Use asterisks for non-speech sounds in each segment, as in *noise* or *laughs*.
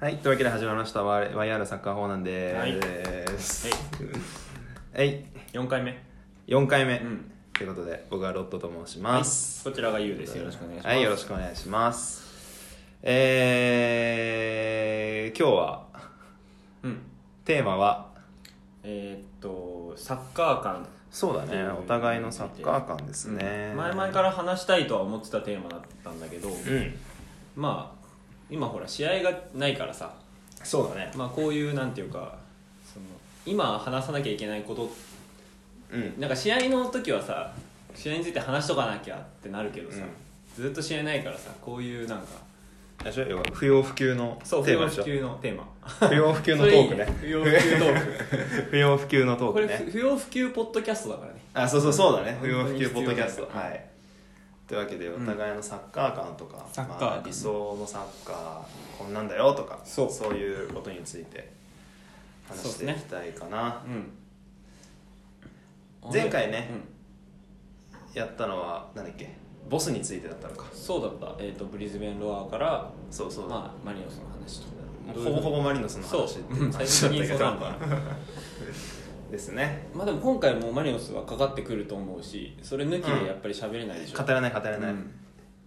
はい、というわけで始まりました、ワイ YR サッカー法なんです。はい。 4回目4回目、うんということで、僕はロットと申します。こちらが YOU ですよろしくお願いしますはい、よろしくお願いします。えー、今日は、うんテーマは、えーっとサッカー観そうだね、お互いのサッカー感ですね。前々から話したいとは思ってたテーマだったんだけど、うん、まあ今ほら試合がないからさそうだね。まあこういうなんていうかその今話さなきゃいけないことうん、なんか試合の時はさ試合について話しとかなきゃってなるけどさ、ずっと試合ないからさこういうなんかあれでしょ要は不要不急のそう不テーマ要でし不ょ急のテーマ不要不急のトークね。それいい不要不急トーク *laughs* 不要不急のトこーれクね。不要不急ポッドキャストだからねあそうそうそうだね本不当要不に急ポッドキャス必要トだからはいというわけでおん互いのサッカー観とか、サッカーまあ、理想のサッカーこんなんだよとかそういうことについて話そうでしすていねきたいかな、うん前回ねうやったのは何だっけボスについてだったのかんそうだった、えー、とブリズベン・ロアーから、そうそう、まあ、マリノスの話ともうほぼほぼマリノスのそう話っていう最話終だった的にそうけなんだどですね *laughs* まあでも今回もマリノスはかかってくると思うしそれ抜きでやっぱり喋れないでしょ、語らない語らない、うん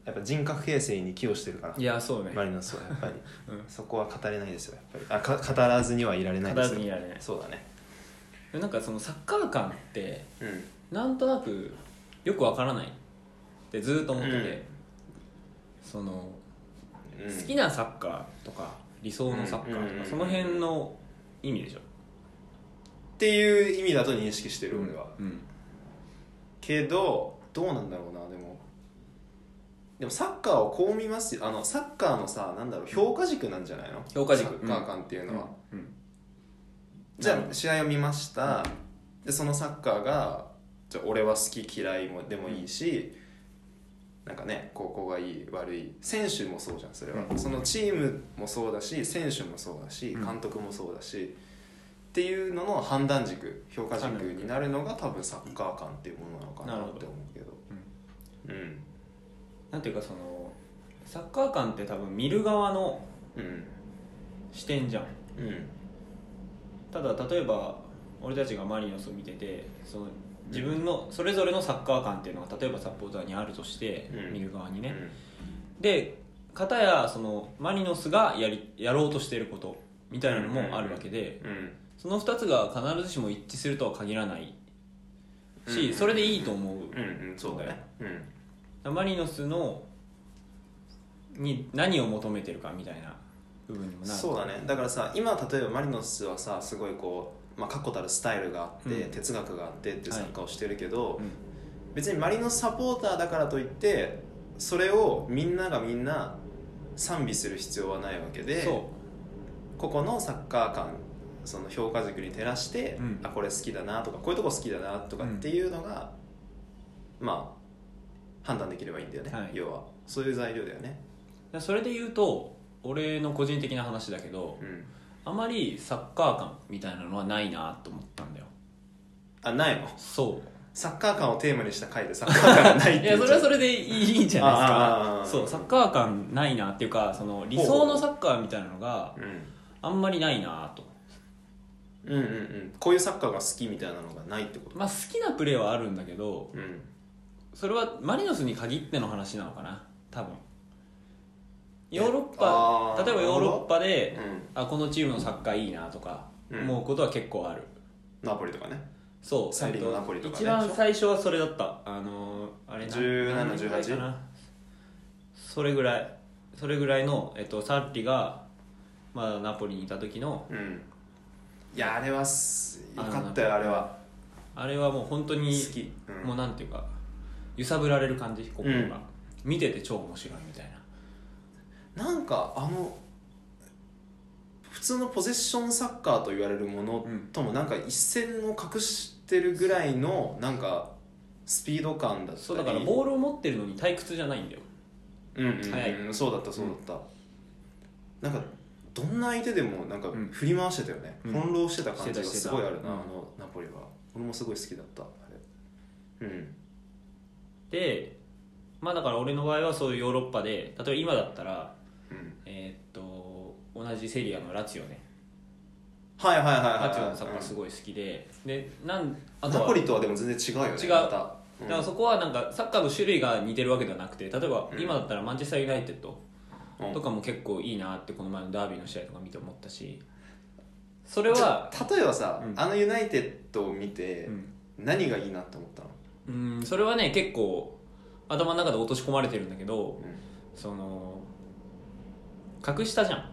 やっぱ人格形成に寄与してるからいやそうねマリノスはやっぱり、うんそこは語れないですよやっぱりあか語らずにはいられないです語らずにいられないそうだねなんかそのサッカー感ってうんなんとなくよくわからないってずーっと思ってて、うんそのうん好きなサッカーとか理想のサッカーうんとうんかその辺の意味でしょ、っていう意味だと認識してる俺は、うん、けどどうなんだろうなでもでもサッカーをこう見ますよあのサッカーのさなんだろう評価軸なんじゃないの評価軸サッカー感っていうのは、うんうんじなるゃほあ試合を見ました、でそのサッカーがじゃあ俺は好き嫌いもでもいいし、なんかね高校がいい悪い選手もそうじゃんそれは、うんそのチームもそうだし選手もそうだしうん監督もそうだし、っていうのの判断軸評価軸になるのが多分サッカー感っていうものなのかななるっほてど思うけどうんなんていうかそのサッカー観って多分見る側のうん視点じゃんうんただ例えば俺たちがマリノスを見ててその自分のそれぞれのサッカー観っていうのが例えばサポーターにあるとして、うん見る側にね、で片やそのマリノスがやりやろうとしていることみたいなのもあるわけで、うんうんその2つが必ずしも一致するとは限らないし、うんそれでいいと思う、うんうんそうだねうんマリノスのに何を求めてるかみたいな部分にもなるそうだねだからさ今例えばマリノスはさすごいこう、まあ、確固たるスタイルがあって、うん哲学があってっていうはいサッカーをしてるけど、うん別にマリノスサポーターだからといってそれをみんながみんな賛美する必要はないわけでそ個々のサッカー感その評価軸に照らして、うんあこれ好きだなとかこういうとこ好きだなとかっていうのが、まあ判断できればいいんだよね、はい要はそういう材料だよねうそれで言うと俺の個人的な話だけどうんあまりサッカー感みたいなのはないなと思ったんだよあないのそサッカー感をテーマにした回でサッカー感がなういっ *laughs* いて言やっちゃそうれはそれでいいんじゃないですあーかそうサッカー感ないなっていうかその理想のサッカーみたいなのがうあんまりないなとん、うんうんうんこういうサッカーが好きみたいなのがないってことまあ好きなプレーはあるんだけどうんそれはマリノスに限っての話なのかな多分ヨーロッあパー例えばヨーロッパでうんあこのチームのサッカーいいなとかうん思うことは結構ある、ナポリとかねそうサンリオえっナポリとかね一番最初はそれだったあのーあれな17何年ぐらいかなそれぐらいそれぐらいの、えっと、サッリがまだナポリにいた時のうんいやあれはすよあのかったよあれはあれはもう本当に好きうんもうなんていうか揺さぶられる感じ心が、うん見てて超面白いみたいななんかあの普通のポゼッションサッカーと言われるものうんともなんか一線を隠してるぐらいのなんかスピード感だったりそうだからボールを持ってるのに退屈じゃないんだようんうんうん早いそうだったそうだった、なんかどんな相手でもなんかうん振り回してたよね、うん翻弄してた感じしてがたしてすたごいあるな、うんあのナポリは俺もすごい好きだったあれうんでまあだから俺の場合はそういうヨーロッパで例えば今だったらうんえーっと同同じセリアのラチオねはいはいはいラはいチオはのいサッカーすごい好きででなんあナとはポリとはでも全然違うよね違うまただからそこはなんかサッカーの種類が似てるわけではなくて例えばうん今だったらマンチェスター・ユナイテッドうんとかも結構いいなってこの前のダービーの試合とか見て思ったしそれはちょ例えばさ、うんあのユナイテッドを見て、うん何がいいなって思ったの、うんそれはね結構頭の中で落とし込まれてるんだけどその隠したじゃん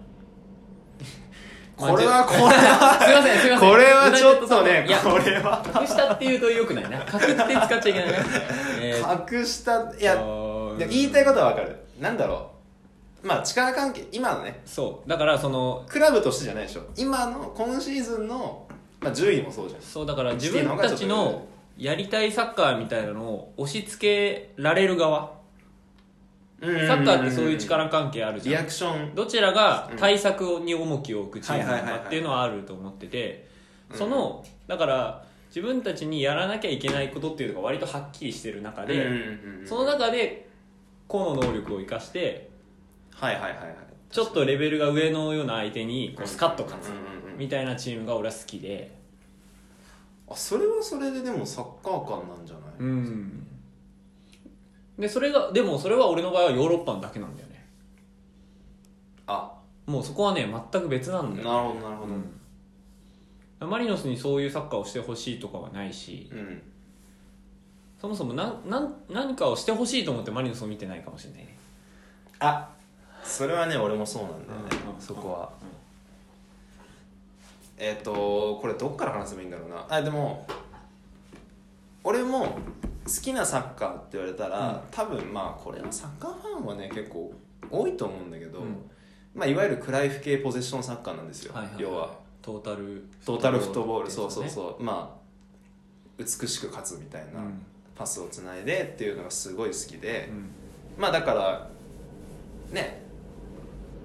これはこれはマンチェ *laughs* すいませんすいませんこれはちょっとねいやこれは格下っていうとよ *laughs* くないな格って使っちゃいけないな、えー格下いやそうでも言いたいことはわかるなんだろうまあ力関係今のねそうだからそのクラブとしてじゃないでしょ今の今シーズンの、まあ、順位もそうじゃんそうだから自分たちのやりたいサッカーみたいなのを押し付けられる側ササッカーってそういう力関係あるじリゃアんクションどちらが対策に重きを置くチームなのはいはいかはいはいっていうのはあると思っててうんそのだから自分たちにやらなきゃいけないことっていうのが割とはっきりしてる中うんでうんうんその中で個の能力を生かしてはいはいはいはいちょっとレベルが上のような相手にこうスカッと勝つうんうんうんうんみたいなチームが俺は好きであそれはそれででもサッカー感なんじゃない、うんでそれがでもそれは俺の場合はヨーロッパだけなんだよねあもうそこはね全く別なんなだるよ、ほどなるほどうん、マリノスにそういうサッカーをしてほしいとかはないしうんそもそもなんなん何かをしてほしいと思ってマリノスを見てないかもしれないねあそれはね俺もそうなんだよね、うんそこは、えっ、とこれどっから話せばいいんだろうなあでも俺も好きなサッカーって言われたら、多分まあこれはサッカーファンはね結構多いと思うんだけど、うんまあ、いわゆるクライフ系ポゼッションサッカーなんですよ、はいはいい要はトータルトータルフットボールですそようねそうそう、まあ美しく勝つみたいな、うんパスをつないでっていうのがすごい好きで、うんまあだからね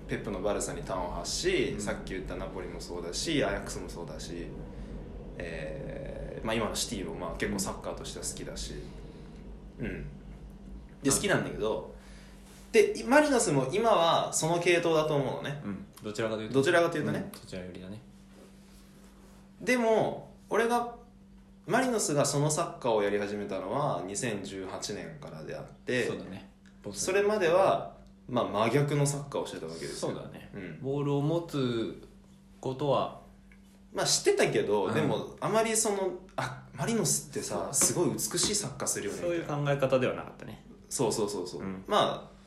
ペップのバルサに端を発し、うんさっき言ったナポリもそうだしアヤックスもそうだし、えーまあ、今のシティもまあ結構サッカーとしては好きだし、うん、で好きなんだけどでマリノスも今はその系統だと思うのねうんどちらかというとどちらかというとねんどちらよりだねでも俺がマリノスがそのサッカーをやり始めたのは2018年からであってそうだねボスそれまでは、まあ、真逆のサッカーをしてたわけですよそうだね、うんボールを持つことはまあ知ってたけど、うんでもあまりそのあマリノスってさすごい美しいサッカーするよねそういう考え方ではなかったねそうそうそうそう、うんまあ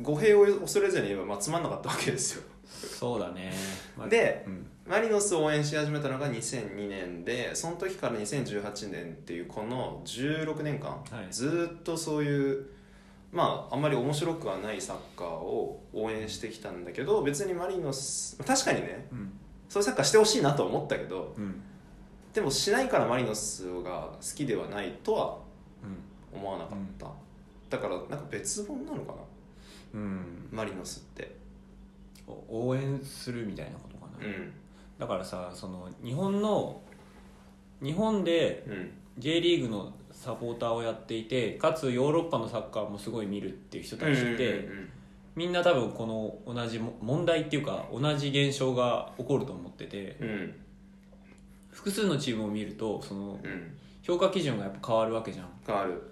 語弊を恐れずに言えば、まあ、つまんなかったわけですよそうだね、まあでうんマリノスを応援し始めたのが2002年でその時から2018年っていうこの16年間、はいずーっとそういうまああんまり面白くはないサッカーを応援してきたんだけど別にマリノス確かにねうんそういうサッカーしてほしいなとは思ったけどうんでもしないからマリノスが好きではないとはう思わなかった、だからなんか別本なのかなんうんマリノスってお応援するみたいなことかうな、んだからさその日本の日本でうん J リーグのサポーターをやっていてかつヨーロッパのサッカーもすごい見るっていう人たちって、うんうんみんな多分この同じも問題っていうか同じ現象が起こると思っててうん複数のチームを見るとそのうんうん評価基準がやっぱ変わるわけじゃん変わる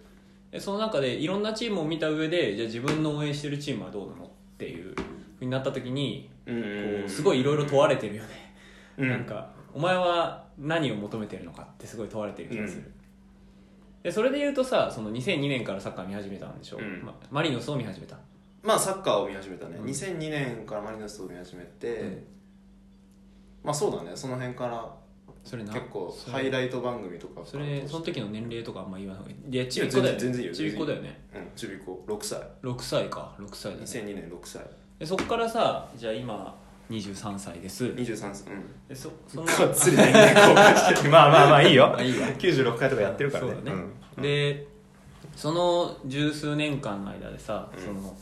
でその中でいろんなチームを見た上でじゃあ自分の応援してるチームはどうなのっていうふうになった時にこうすごいいろいろ問われてるよね、うんなんかお前は何を求めてるのかってすごい問われてる気がする、でそれで言うとさその2002年からサッカー見始めたんでしょ、うんまマリノスを見始めたまあサッカーを見始めたね、うん2002年からマリノスを見始めて、うんまあそうだねその辺からそれな結構それハイライト番組とかそれその時の年齢とかあんま言わないいやちびっ全こ然だ全よね然いいよちびっこだよねうんちびっこ6歳6歳か6歳だね2002年6歳でそっからさじゃあ今23歳です23歳うんでそそのがっつり年齢公開してるまあまあまあいいよあいいわ96回と *laughs* かやってるからねそうだねうんでその十数年間の間でさ、うんその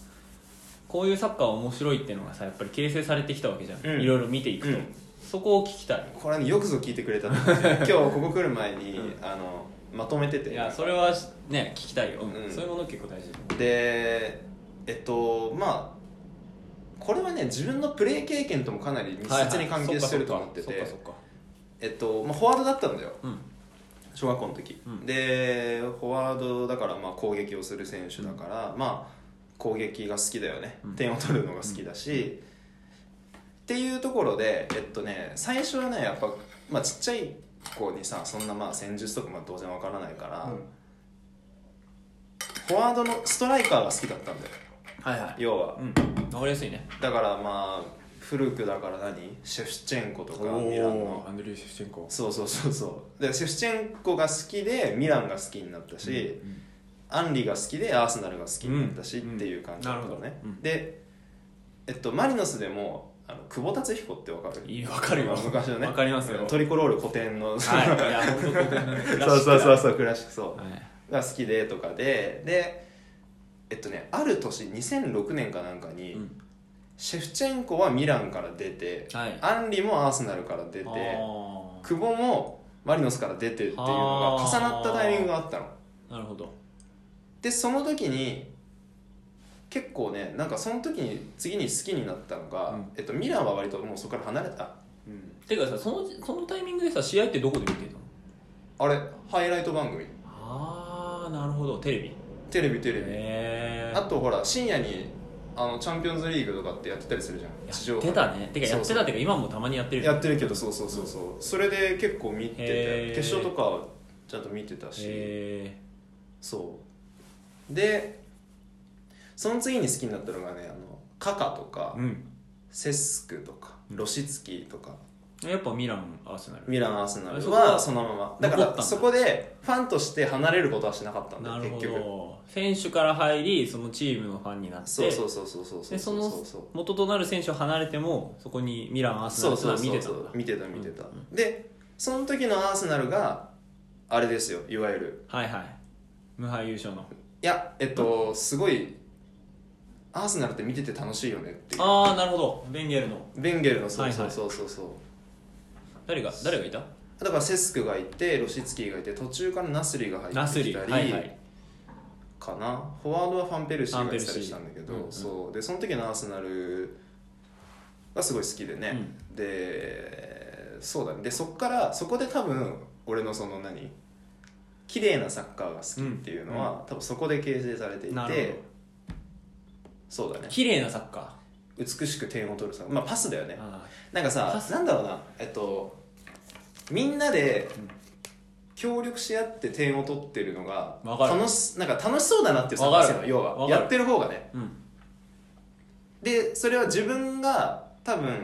こういうサッカー面白いっていうのがさやっぱり形成されてきたわけじゃん、うんいろいろ見ていくと、うんそこを聞きたいこれはねよくぞ聞いてくれたと思うんですよ今日ここ来る前に、あのまとめてていやそれはね聞きたいよ、うんそういうもの結構大事だと思うでえっとまあこれはね自分のプレー経験ともかなり密接に関係してると思ってはいはいてそっかそっかえっとまあフォワードだったんだよそっか小学校の時、うんでフォワードだからまあ攻撃をする選手だから、まあ攻撃が好きだよね、うん点を取るのが好きだし、っていうところでえっとね最初はねやっぱ、まあ、ちっちゃい子にさそんなまあ戦術とかまあ当然わからないから、うんフォワードのストライカーが好きだったんだよはいはい要はうんわかりやすいねだからまあ古くだから何シェフチェンコとかミランのアンドリュー・シェフチェンコそうそうそうそうでシェフチェンコが好きでミランが好きになったし、うんアンリが好きでアーセナルが好きになったしっうんていう感じだったのなるね、ほどうんで、えっと、マリノスでもあの久保達彦ってわかるいいわかるよ昔のねわかりますよトリコロール古典の、 *laughs* はいいや本当僕のねクラそうシックそうだそうそうクラシックそはいうが好きでとかででえっとねある年2006年かなんかに、うんシェフチェンコはミランから出て、はいアンリもアーセナルから出てあー久保もマリノスから出てっていうのが重なったタイミングがあったのなるほどでその時に結構ねなんかその時に次に好きになったのが、うんえっと、ミランは割ともうそこから離れたてかさそのそのタイミングでさ試合ってどこで見てたのあれハイライト番組ああなるほどテレビテレビテレビ、へえあとほら深夜にあのチャンピオンズリーグとかってやってたりするじゃん地や上波ってたねてかやってそたうってか今もたまにやってるやよねってるけどそうそうそうそうそれで結構見てへてー決勝とかちゃんと見てたしへそうでその次に好きになったのがねあのカカとか、えうんセスクとかロシツキとかやっぱミランアーセナルミラン・アーセナルそこははそのままだか残ったらんだそこでファンとして離れることはしなかったんだなよる結ほ局ど選手から入りそのチームのファンになってそうそうそうそうそうそうでそのそうそう元となる選手を離れてもそこにミランアーセナルってのは見てたんだ見てた見てたうんでその時のアーセナルがあれですよいわゆるはいはい無敗優勝のいやえっとすごいアーセナルって見てて楽しいよねっていうああなるほどベンゲルのベンゲルのそうそはういはいそうそうそう誰が誰がいただからセスクがいてロシツキーがいて途中からナスリが入ナっスてきリたはいり、はいかなフォワードはファン・ペルシーファンがペいルシたーりしたんだけど、うんうんそうでその時のアーセナルがすごい好きでね、でそうだねでそっからそこで多分俺のその何綺麗なサッカーが好きっていうのは、多分そこで形成されていなるてそうだね綺麗なサッカー美しく点を取るさまあパスだよねあなんかパさスなんだろうなえっとみんなでうん協力し合って点を取ってるのがわかる楽しなんか楽しそうだなっていうサッカーですよわ要かるわはかるやってる方がねーうんでそれは自分が多分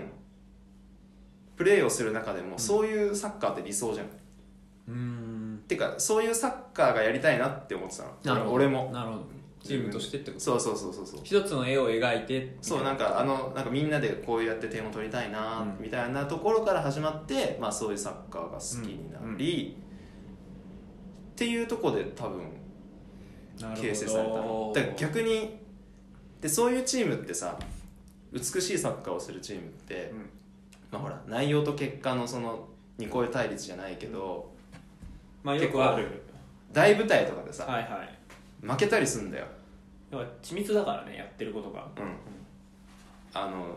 プレーをする中でも、そういうサッカーって理想じゃんうーんてかそういうサッカーがやりたいなって思ってたなるのほど俺俺もなるほどチームとしてってことそうそうそうそうそう一つの絵を描いてそうなんかあのなんかみんなでこうやって点を取りたいなうんみたいなところから始まって、まあ、そういうサッカーが好きになり、っていうところで多分なるほど形成されたのだから逆にでそういうチームってさ美しいサッカーをするチームって、うんまあ、ほら内容と結果のその二項対立じゃないけど、まあよくある大舞台とかでさ、はいはい負けたりすんだよ、要は緻密だからねやってることがうん、あの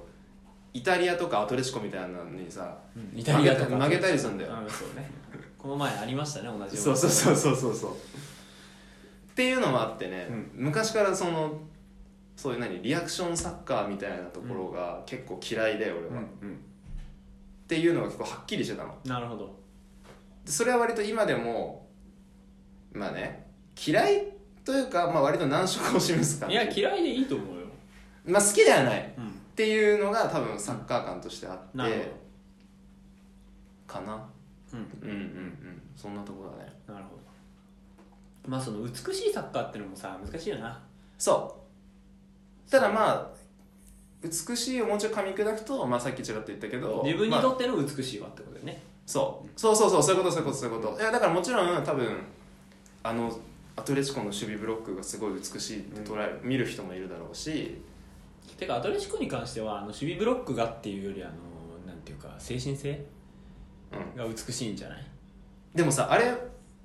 イタリアとかアトレチコみたいなのにさイタリアとか負けたりするんだようんそうねこの前ありましたね同じようなそうそうそうそうそうそうっていうのもあってね、うん昔からそのそういう何リアクションサッカーみたいなところが結構嫌いで俺は、うっんうんていうのが結構はっきりしてたのなるほどでそれは割と今でもまあね嫌いというか、まあ、割と難色を示す感いじや嫌いでいいと思うよまあ好きではないっうんていうのが多分サッカー感としてあってなるかなほどうんうんうんうんそんなところだねなるほどまあその美しいサッカーってのもさ難しいよなそうただまあ美しいをもうちょい噛み砕くと、まあ、さっきちらっと言ったけど自分にまあとっての美しいわってことだよねそうそうそうそうそういうことそういうことそういうこといやだからもちろん多分あのアトレチコの守備ブロックがすごい美しいって捉える、見る人もいるだろうし、てかアトレチコに関してはあの守備ブロックがっていうよりあのなんていうか精神性うん、が美しいんじゃないでもさあれ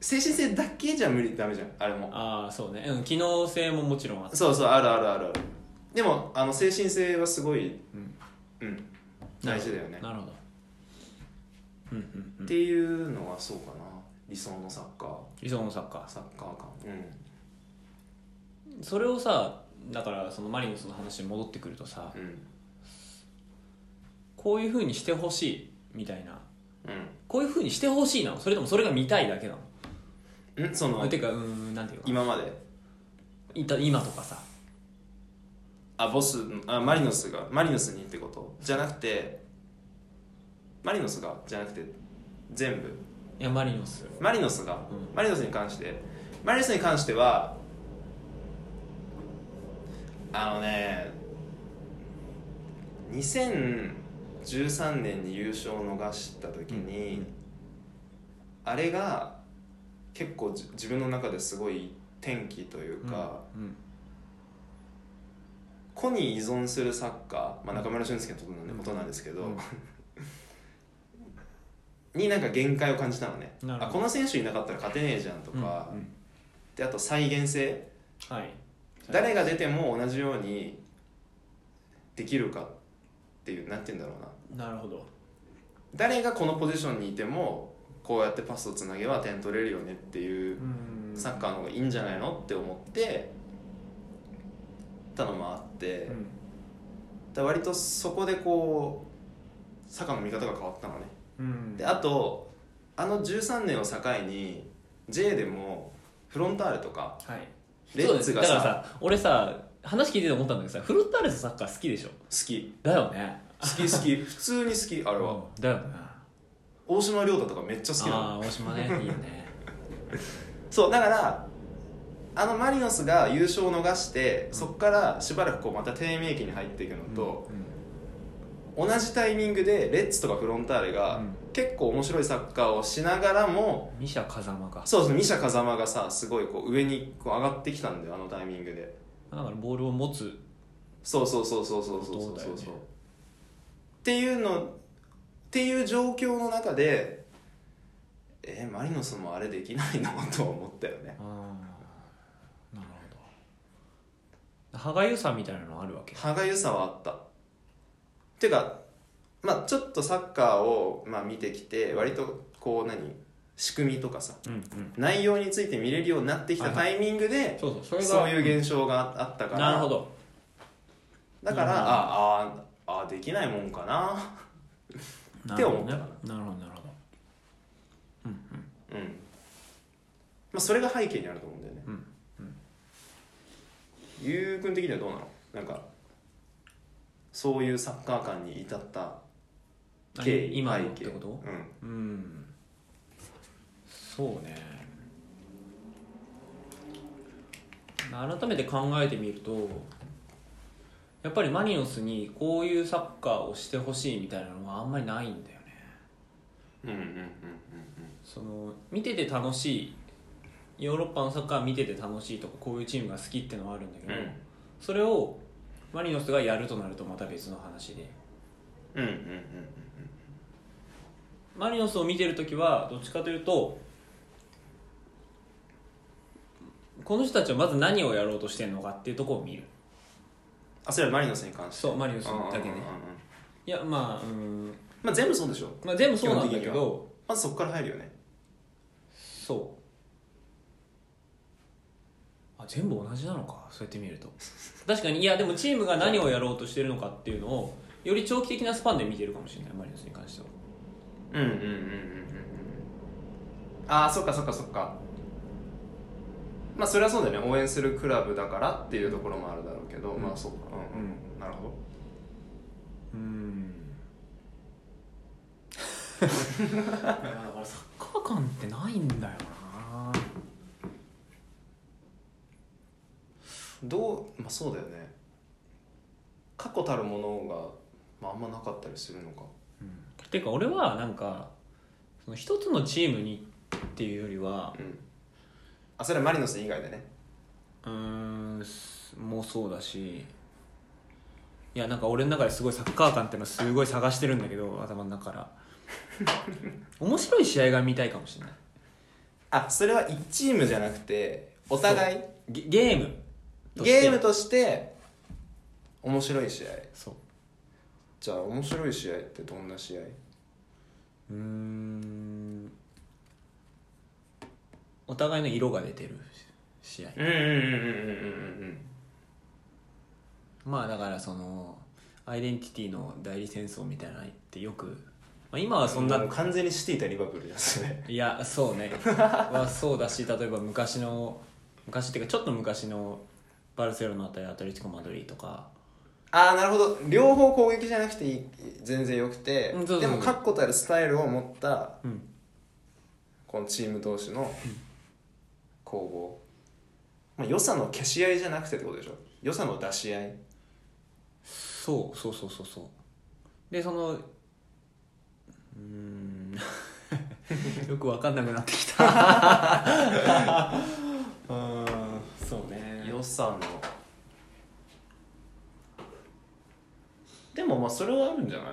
精神性だけじゃ無理ダメじゃんあれもああそうねうん機能性ももちろんあってそうそうあるあるあるあるでもあの精神性はすごい、うんうん、大事だよねなるほどうんうんうっんていうのはそうかな理想のサッカー理想のサッカーサッカー感うんそれをさだからそのマリノスの話に戻ってくるとさうんこういうふうにしてほしいみたいなうこういうふうにしてほしいなのそれともそれが見たいだけなの、んんそのてかうーんなんていうか今までいた今とかさあボスあマリノスがマリノスにってことじゃなくてマリノスがじゃなくて全部いやマリノスマリノスが、うんマリノスに関してマリノスに関してはあのね2013年に優勝を逃した時に、うんあれが結構じ自分の中ですごい転機というか、うん個に依存するサッカー、まあ、中村俊輔のことなんでうんことなんですけど、うん *laughs* になんか限界を感じたのねなるほあどこの選手いなかったら勝てねえじゃんとうんか、うんであと再現性はい誰が出ても同じようにできるかっていうなんて言うんだろうななるほど誰がこのポジションにいてもこうやってパスをつなげば点取れるよねっていううんサッカーの方がいいんじゃないのって思ってたのもあってうんだ割とそこでこうサッカーの見方が変わったのねうんであとあの13年を境に J でもフロンターレとかはいレッツがそうだねさだからさ俺さ話聞いてて思ったんだけどさフロンターレのサッカー好きでしょ好きだよね好き *laughs* 好き普通に好きあれは、うんだよね大島亮太とかめっちゃ好きなのああー大島ねいいよ *laughs* ねそうだからあのマリノスが優勝を逃してそこからしばらくこうまた低迷期に入っていくのと、うん同じタイミングでレッツとかフロンターレがうん結構面白いサッカーをしながらもミシャ風間かそうですねミシャ風間がさすごいこう上にこう上がってきたんだよあのタイミングでだからボールを持つそうそうそうそうそうそうそうそうだそよう、ねっていうのっていう状況の中でえーマリノスもあれできないのとは思ったよねなるほど歯がゆさみたいなのあるわけ歯がゆさはあったていうかまあちょっとサッカーを、まあ、見てきて割とこう何仕組みとかさうんうん内容について見れるようになってきたはいはタイミングでそうそうそれがそういう現象がああったからなるほどだからなるほどああーあーできないもんかなって思ったなるほどねなるほどなるほどうんまあそれが背景にあると思うんだよねうんゆうくん的にはどうなのなんかそういうサッカー観に至ったあ経緯今背のっ景てことうんうんそうね改めて考えてみるとやっぱりマリノスにこういうサッカーをしてほしいみたいなのはあんまりないんだよねうんうんうんうんうんその見てて楽しいヨーロッパのサッカー見てて楽しいとかこういうチームが好きってのはあるんだけど、うんそれをマリノスがやるとなるとまた別の話でうんうんうんうんマリノスを見てる時はどっちかというとこの人たちはまず何をやろうとしてるのかっていうところを見るあそれはマリノスに関してそうマリノスうんうんうんうんだけねいやまあうん、まあ全部そうでしょまあ、全部そうなんだ基け本的にどまずそこから入るよねそうあ全部同じなのかそうやって見る *laughs* と確かにいやでもチームが何をやろうとしてるのかっていうのをより長期的なスパンで見てるかもしれないマリノスに関してはうんうんうんうんうんうんああそっかそっかそっかまあそれはそうだよね応援するクラブだからっていうところもあるだろうけど、うんまあそうかうんうん、なるほどうーん *laughs* いやだからサッカー感ってないんだよなどうまあそうだよね過去たるものが、まあ、あんまなかったりするのかていうか俺はなんかその一つのチームにっていうよりはうんあそれはマリノス以外でねうーんもうそうだしいやなんか俺の中ですごいサッカー感っていうのすごい探してるんだけど頭の中から面白い試合が見たいかもしれないあそれは1チームじゃなくてお互いゲゲームとしてゲームとして面白い試合そうじゃあ面白い試合ってどんな試合うーんお互いの色が出てる試合うんうんうんうんうんうんまあだからそのアイデンティティの代理戦争みたいなのってよく、まあ、今はそんなもう完全にシティ対リバプールですねいやそう *laughs* ねはそうだし例えば昔の昔っていうかちょっと昔のバルセロナ対アトレティコ・マドリーとか *laughs* ああなるほど両方攻撃じゃなくていい全然よくてうんそうそうでも確固たるスタイルを持ったうんこのチーム同士の攻防、まあ、良さの消し合いじゃなくてってことでしょ良さの出し合いそうそうそうそうそうでそのうー *laughs* んよく分かんなくなってきたうんそうね良さのでもまあそれはあるんじゃない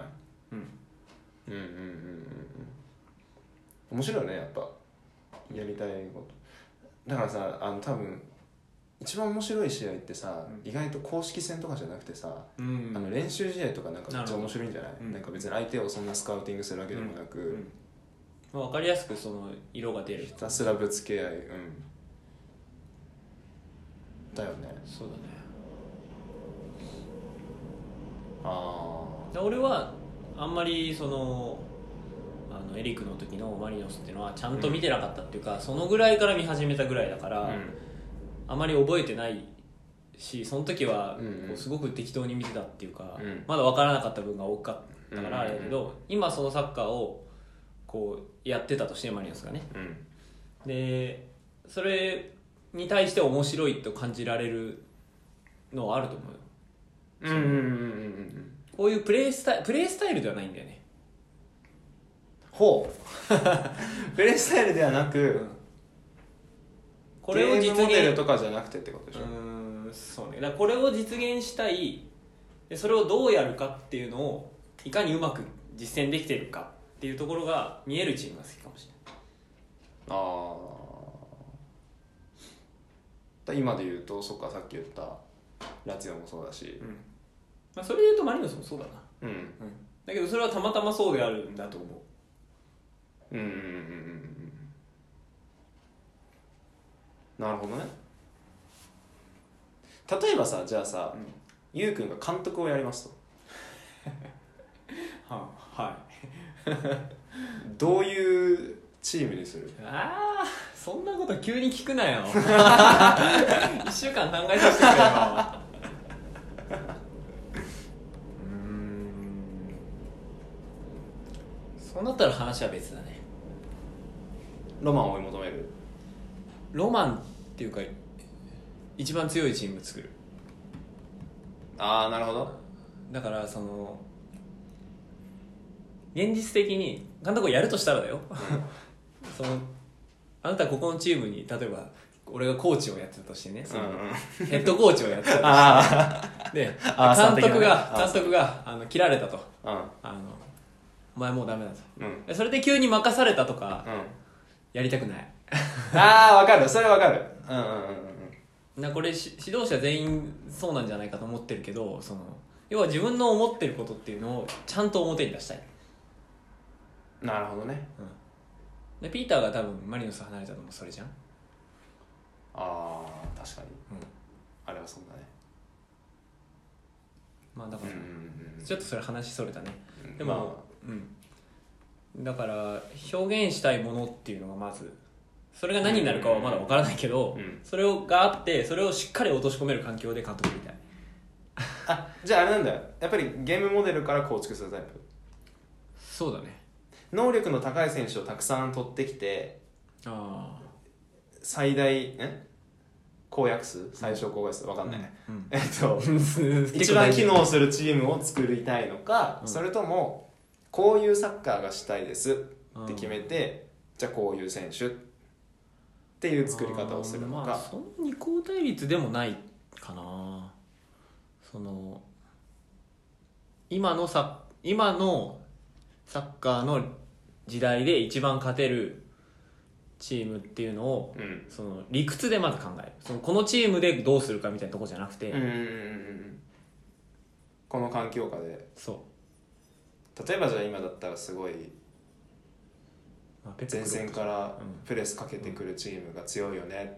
うんうんうんうんうんうん面白いよねやっぱやりたいことだからさあの多分一番面白い試合ってさ、意外と公式戦とかじゃなくてさ、うんあの練習試合とかなんかめっちゃ面白いんじゃないななるほどうんんか別に相手をそんなスカウティングするわけでもなく、うんまあ、分かりやすくその色が出るひたすらぶつけ合いうんだよねそうだねああで俺はあんまりそのあのエリックの時のマリノスっていうのはちゃんと見てなかったっていうか、そのぐらいから見始めたぐらいだから、あまり覚えてないしその時はうんうんこうすごく適当に見てたっていうか、うんまだ分からなかった部分が多かったからあうんうんうんれだけど、今そのサッカーをこうやってたとしてマリノスがねうん、うんでそれに対して面白いと感じられるのはあると思うようんうんうんうんうんこういうプレースタイルプレースタイルではないんだよねほう *laughs* プレースタイルではなく、これをゲ実ームモデル現とかじゃなくてってことでしょ、うーんそうねだからこれを実現したいでそれをどうやるかっていうのをいかにうまく実践できてるかっていうところが見えるチームが好きかもしああだ今で言うとそっかさっき言ったラツィオもそうだしれない、まあ、それで言うとマリノスもそうだな、うんだけどそれはたまたまそうであるんだと思ううんうんうんうんうんなるほどね例えばさじゃあさ、うんゆうくんが監督をやりますとははいどういうチームにするああそんなこと急に聞く *laughs* なよ一週間考えさせてくれよ *laughs* うーんそうなったら話は別だねロマンを追い求めるロマンっていうか一番強いチーム作るああなるほどだからその現実的に監督をやるとしたらだよそのあなたここのチームに例えば俺がコーチをやってたとしてねその、うんうんヘッドコーチをやってたとあしてであー監督があー監督があの切られたとああのお前もうダメだとうんうんでそれで急に任されたとかうんやりたくないああわかるそれわかるうんうんうんうんなこれし指導者全員そうなんじゃないかと思ってるけどその要は自分の思ってることっていうのをちゃんと表に出したいなるほどねでピーターが多分マリノス離れたのもそれじゃんああ確かに、うんあれはそうだねまあだから、うんちょっとそれ話それたねうんでも、うんだから表現したいものっていうのがまずそれが何になるかはまだわからないけど、うんそれをがあってそれをしっかり落とし込める環境で監督みたいまああじゃああれなんだよやっぱりゲームモデルから構築するタイプそうだね能力の高い選手をたくさん取ってきてあ最大え公約数最小公約数わかんない、あ、うん、えっと一一番機能するチームを作りたいのか、うんそれともこういうサッカーがしたいですって決めて、じゃあこういう選手っていう作り方をするのあーまあかその二項対立でもないかなその今のサ今のサッカーの時代で一番勝てるチームっていうのをうんその理屈でまず考えるそのこのチームでどうするかみたいなとこじゃなくて、うんうんうんうんこの環境下でそう例えばじゃあ今だったらすごいまあペップ前クロ線からうんプレスかけてくるチームが強いよね、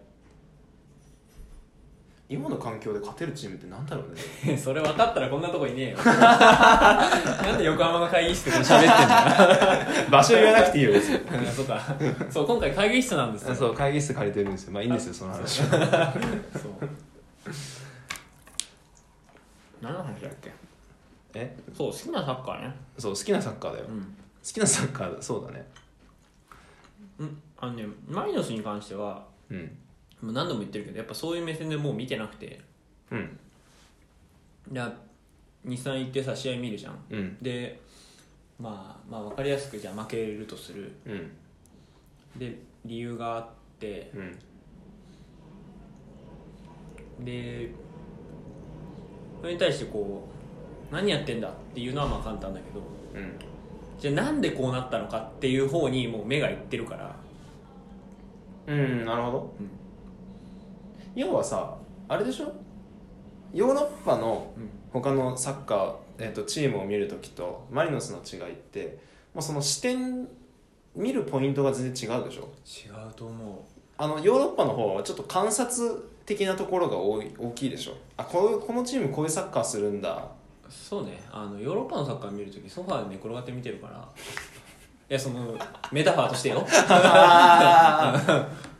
今の環境で勝てるチームってなんだろう *laughs* ね *laughs* それ分かったらこんなとこいねえよ *laughs* なんで横浜の会議室で喋ってんだ場所言わなくていいよ別 *laughs* にそうかそう今回会議室なんですよそう会議室借りてるんですよまあいいんですよその話はそう何の話だっけえそう好きなサッカーねそう好きなサッカーだよ、う好んきなサッカーそうだねうんあのねマリノスに関してはうんもう何度も言ってるけどやっぱそういう目線でもう見てなくてうん23行ってさ試合見るじゃんうんでまあまあ分かりやすくじゃあ負けるとするうんで理由があってうんでそれに対してこう何やってんだっていうのはまあ簡単だけどうんじゃあなんでこうなったのかっていう方にもう目がいってるからうんなるほど、うん要はさあれでしょヨーロッパのうん他のサッカー、えー、とチームを見るときとマリノスの違いってもうその視点見るポイントが全然違うでしょ違うと思あのヨーロッパの方はちょっと観察的なところが多い大きいでしょあこういうこのチームこういうサッカーするんだうそうねあのヨーロッパのサッカー見るときソファーで寝転がって見てるからいやそのメタファーとしてよ *laughs*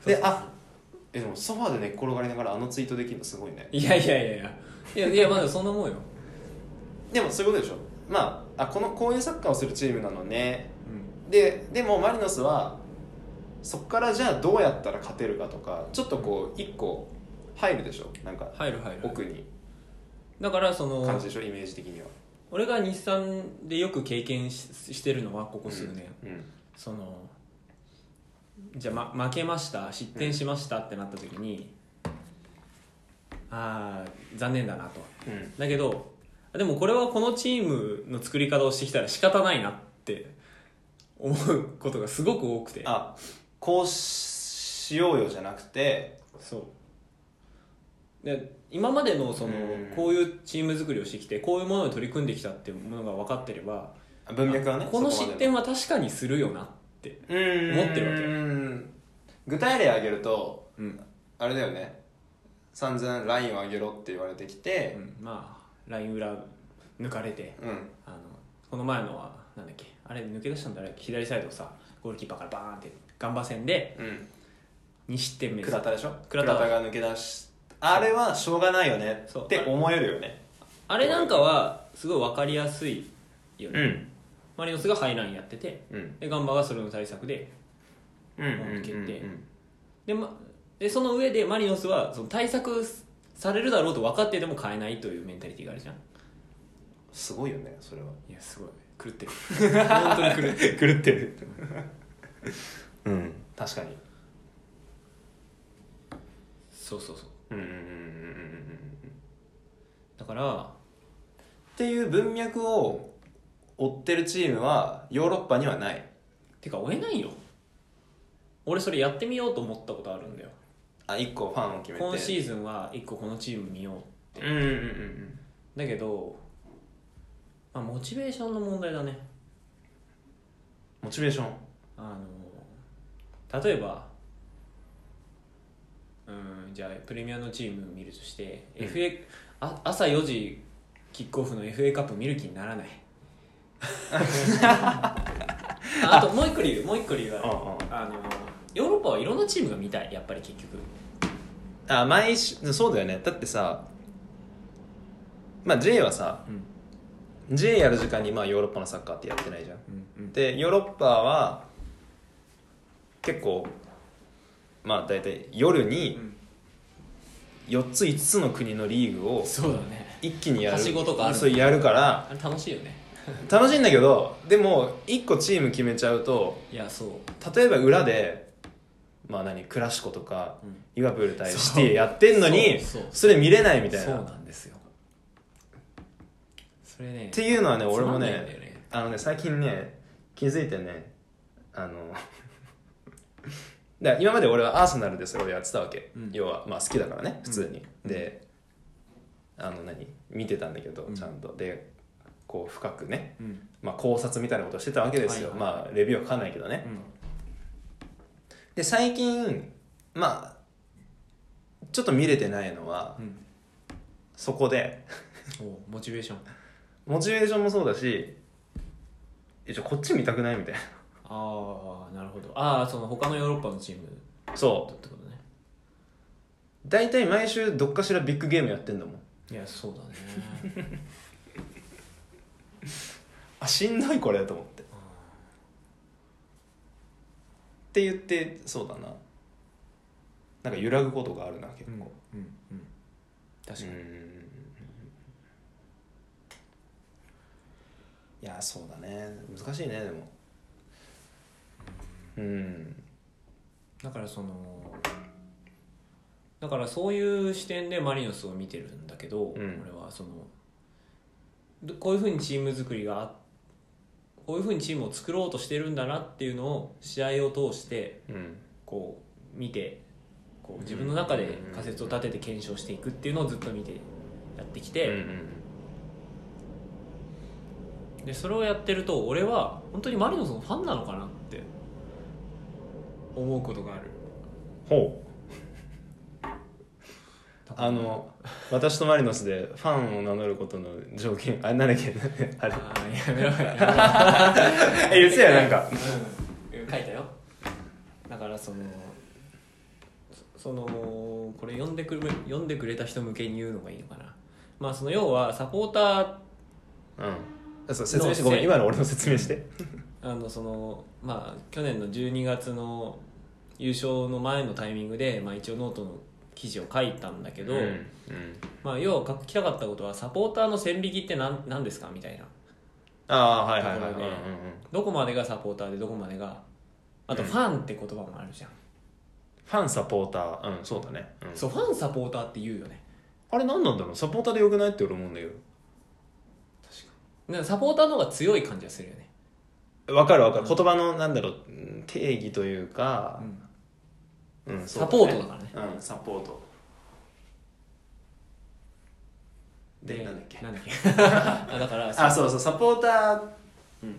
であえでもソファーで寝っ転がりながらあのツイートできるのすごいねいやいやいやいやいやいやまだそんなもんよでもそういうことでしょまああこのこういうサッカーをするチームなのねうんででもマリノスはそこからじゃあどうやったら勝てるかとかちょっとこう一個入るでしょなんか入る入る奥にだからその感じでしょイメージ的には俺が日産でよく経験ししてるのはここ数年、うんそのじゃあ、ま、負けました失点しましたってなった時に、ああ残念だなとうんだけどあでもこれはこのチームの作り方をしてきたら仕方ないなって思うことがすごく多くてあこうしようよじゃなくてそうで今までのそのうんこういうチーム作りをしてきてこういうものに取り組んできたっていうものが分かってればあ文脈はねあこの失点はは確かにするよなって、持持ってるわけ具体例挙げるとうんあれだよね散々ラインを上げろって言われてきてうんまあライン裏抜かれてうんあのこの前のはなんだっけあれ抜け出したんだあれ左サイドをさゴールキーパーからバーンってガンバ戦でうん2失点目です倉田でしょ倉倉田田が抜け出しあれはしょうがないよねそうって思えるよねあれなんかはすごい分かりやすいよね、んマリノスがハイラインやっててうんでガンバがそれの対策でうんうんうんうんで,、ま、でその上でマリノスはその対策されるだろうと分かってても変えないというメンタリティがあるじゃんすごいよねそれはいやすごい狂ってる *laughs* 本当に狂って *laughs* る狂ってる *laughs* うん確かにそうそうそううんうんうんうんうんうんだからっていう文脈を追ってるチームはヨーロッパにはないてか追えないよ俺それやってみようと思ったことあるんだよあ一個ファンを決めて今シーズンは一個このチーム見ようってうんうんうんうんだけど、まあ、モチベーションの問題だねモチベーションあの例えばうんじゃあプレミアのチーム見るとして、うん FA あ朝4時キックオフの FA カップ見る気になら *laughs* ないああともう一個理由もう一個理由はああのヨーロッパはいろんなチームが見たいやっぱり結局あ毎週そうだよねだってさまあ J はさうん J やる時間にまあヨーロッパのサッカーってやってないじゃんうんうんでヨーロッパは結構まあ大体夜に4つ5つの国のリーグをそうだね一気にやるはしごとかあるそうやるからあれ楽しいよね楽しいんだけどでも1個チーム決めちゃうといやそう例えば裏でまあ何クラシコとかうんリバプール対そうシティやってんのにそうそうそれ見れないみたいそうなっなんですよそれねていうのはね俺もつまんないんだよねねあのね最近ね気づいてねあのだから今まで俺はアーセナルでそれをやってたわけ、うん要はまあ好きだからね普通に、であの何見てたんだけどうんちゃんと、でこう深くね、うんまあ、考察みたいなことをしてたわけですよ、はいはいまあレビューは書かないけどね、で最近まあちょっと見れてないのは、うんそこでおうモチベーションモチベーションもそうだしえちょこっち見たくないみたいああなるほどああその他のヨーロッパのチームなだそってことねう大体毎週どっかしらビッグゲームやってんだもんいやそうだねあしんどいこれと思ってって言ってそうだななんか揺らぐことがあるな結 *laughs* うんうん構、うん確かに、うーんいやそうだね難しいねでもうんだからそのだからそういう視点でマリノスを見てるんだけど、うん俺はそのどこういうふうにチーム作りがあこういうふうにチームを作ろうとしてるんだなっていうのを試合を通してうんこう見てこう自分の中で仮説を立てて検証していくっていうのをずっと見てやってきうて、んでそれをやってると俺は本当にマリノスのファンなのかなって思うことがあるほうあの私とマリノスでファンを名乗ることの条件あれなんだっけあれあーやめろやめろ *laughs* え言ってたよなんかうん書いたよだからそのそそのこれ読んでくれ読んでくれた人向けに言うのがいいのかなまあその要はサポーターうんそう説明してごめん今の俺の説明してあのそのまあ去年の12月の優勝の前のタイミングで、まあ、一応ノートの記事を書いたんだけど、うんまあ、要は書きたかったことはサポーターの線引きって何何ですかみたいなああはいはいはい、とうんうんころうでん、どこまでがサポーターでどこまでがあとうんファンって言葉もあるじゃん、ファンサポーターうんそうだね、うん、そうファンサポーターって言うよねあれ何なんだろうサポーターでよくないって俺思うんだけどなんかサポーターの方が強い感じがするよね、わかるわかる、うん言葉のなんだろううん定義というか、うんそうサだポートだからねねうんサポートでなんだっけなんだっけ *laughs* あだからあそうそうサポーターうん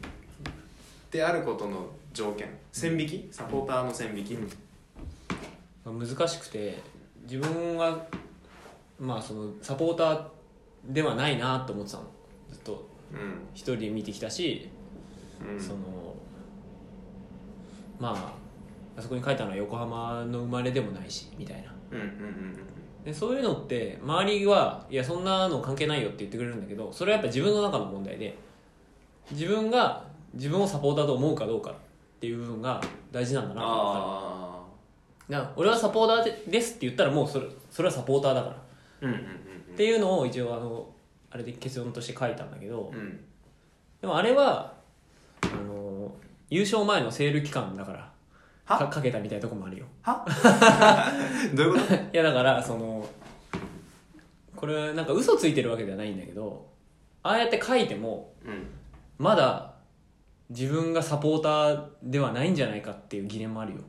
であることの条件線引きサポーターの線引きうん難しくて自分はまあそのサポーターではないなと思ってたのずっとうん一人で見てきたし、うんそのまああそこに書いたのは横浜の生まれでもないしみたいなうんうんうんでそういうのって周りはいやそんなの関係ないよって言ってくれるんだけどそれはやっぱ自分の中の問題で自分が自分をサポーターと思うかどうかっていう部分が大事なんだなと思ったのあだから俺はサポーターでですって言ったらもうそれそれはサポーターだから、あうんうんっていうのを一応あのあれで結論として書いたんだけど、うんうんでもあれはあの優勝前のセール期間だからはかかけたみたいなとこもあるよ *laughs* どういうこといやだからそのこれなんか嘘ついてるわけではないんだけどああやって書いてもうんまだ自分がサポーターではないんじゃないかっていう疑念もあるよ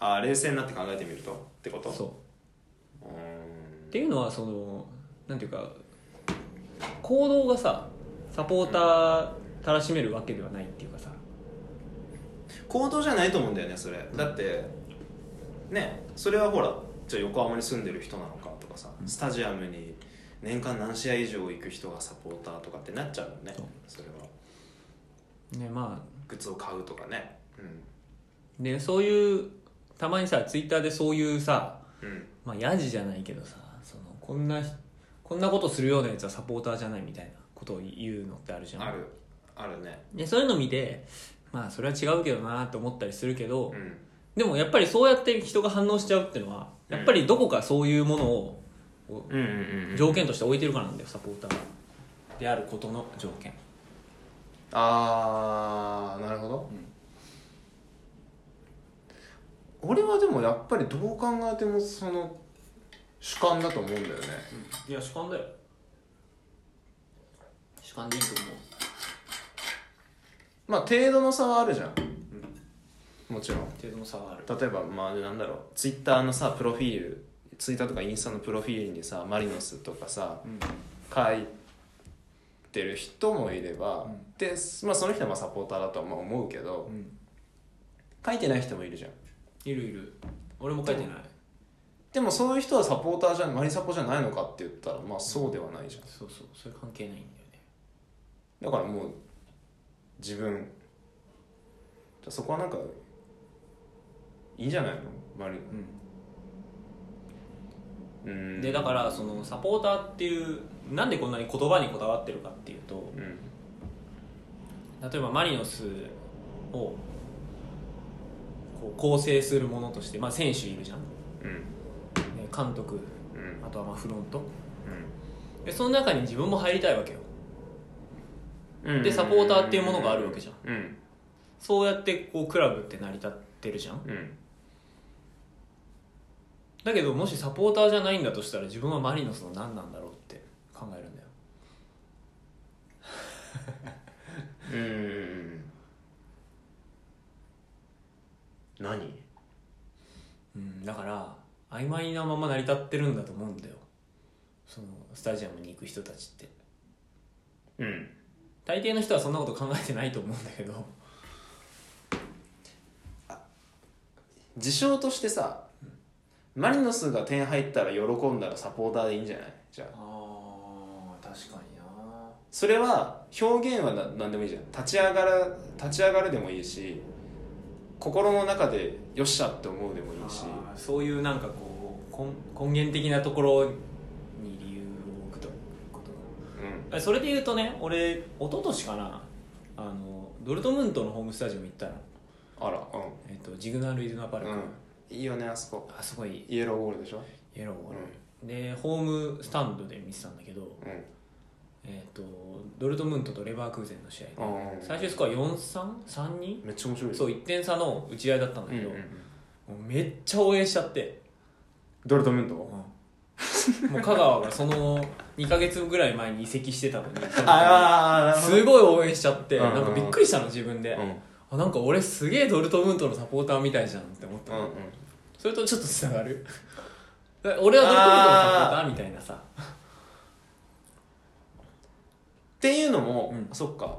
あ冷静になって考えてみるとってことそううっんていうのはそのなんていうか行動がさサポーターたらしめるわけではないっていうかさ行動じゃないと思うんだよねそれだってねそれはほらじゃあ横浜に住んでる人なのかとかさスタジアムに年間何試合以上行く人がサポーターとかってなっちゃうもんねそうそれはねまあグッズを買うとかねでそういうたまにさツイッターでそういうさうんうんまあヤジじゃないけどさそのこんなひこんなことするようなやつはサポーターじゃないみたいなことを言うのってあるじゃんあるあるねでそういうの見てまあそれは違うけどなって思ったりするけど、うんでもやっぱりそうやって人が反応しちゃうっていうのはやっぱりどこかそういうものを、うんうん条件として置いてるからなんだよサポーターがであることの条件ああなるほど、俺はでもやっぱりどう考えてもその主観だと思うんだよねいや主観だよ主観でいいと思うまあ程度の差はあるじゃん、もちろん程度の差はある例えばまあなんだろうツイッターのさプロフィールツイッターとかインスタのプロフィールにさマリノスとかさうん書いてる人もいれば、うんで、まあ、その人はまあサポーターだとはまあ思うけどうん書いてない人もいるじゃんいるいる俺も書いてないでもそういう人はサポーターじゃマリサポじゃないのかって言ったらまあそうではないじゃんそうそうそれ関係ないんだよねだからもう自分じゃあそこはなんかいいんじゃないのマリうんうんでだからそのサポーターっていうなんでこんなに言葉にこだわってるかっていうとうん例えばマリノスをこう構成するものとして、まあ、選手いるじゃんねうん監督うんあとはまあフロントうでその中に自分も入りたいわけよんうんでサポーターっていうものがあるわけじゃうんんそうやってこうクラブって成り立ってるじゃんうんだけどもしサポーターじゃないんだとしたら自分はマリノスの何なんだろうって考えるんだようんうん何うんだから曖昧なまま成り立ってるんだと思うんだよそのスタジアムに行く人たちってうん大抵の人はそんなこと考えてないと思うんだけど事象としてさマリノスが点入ったら喜んだらサポーターでいいんじゃないじゃああ確かになそれは表現はな何でもいいじゃん立ち上がら立ち上がるでもいいし心の中でよっしゃって思うでもいいしそういうなんかこう根根源的なところに理由を置くということうだそれで言うとね俺一昨年かなあのドルトムントのホームスタジアム行ったの、んあらうんえっとジグナル・イドナ・パルク、うんいいよねあそこあすごいイエローゴールでしょイエローボール、でホームスタンドで見てたんだけど、うえー、とドルトムントとレバークーゼンの試合で、んうん最終スコア 4-3?3-2? めっちゃ面白いそうう1点差の打ち合いだったんだんけうんど、うんもうめっちゃ応援しちゃって、ドルトムント *laughs* もう香川がその2か月ぐらい前に移籍してたのにああすごい応援しちゃって、うんうんうんなんかびっくりしたの自分で、うんあなんか俺すげえドルトムントのサポーターみたいじゃんって思ったうの、んうんそれとちょっとつながる *laughs* 俺はドルトムントのサポーターみたいなさっていうのも、うんそっか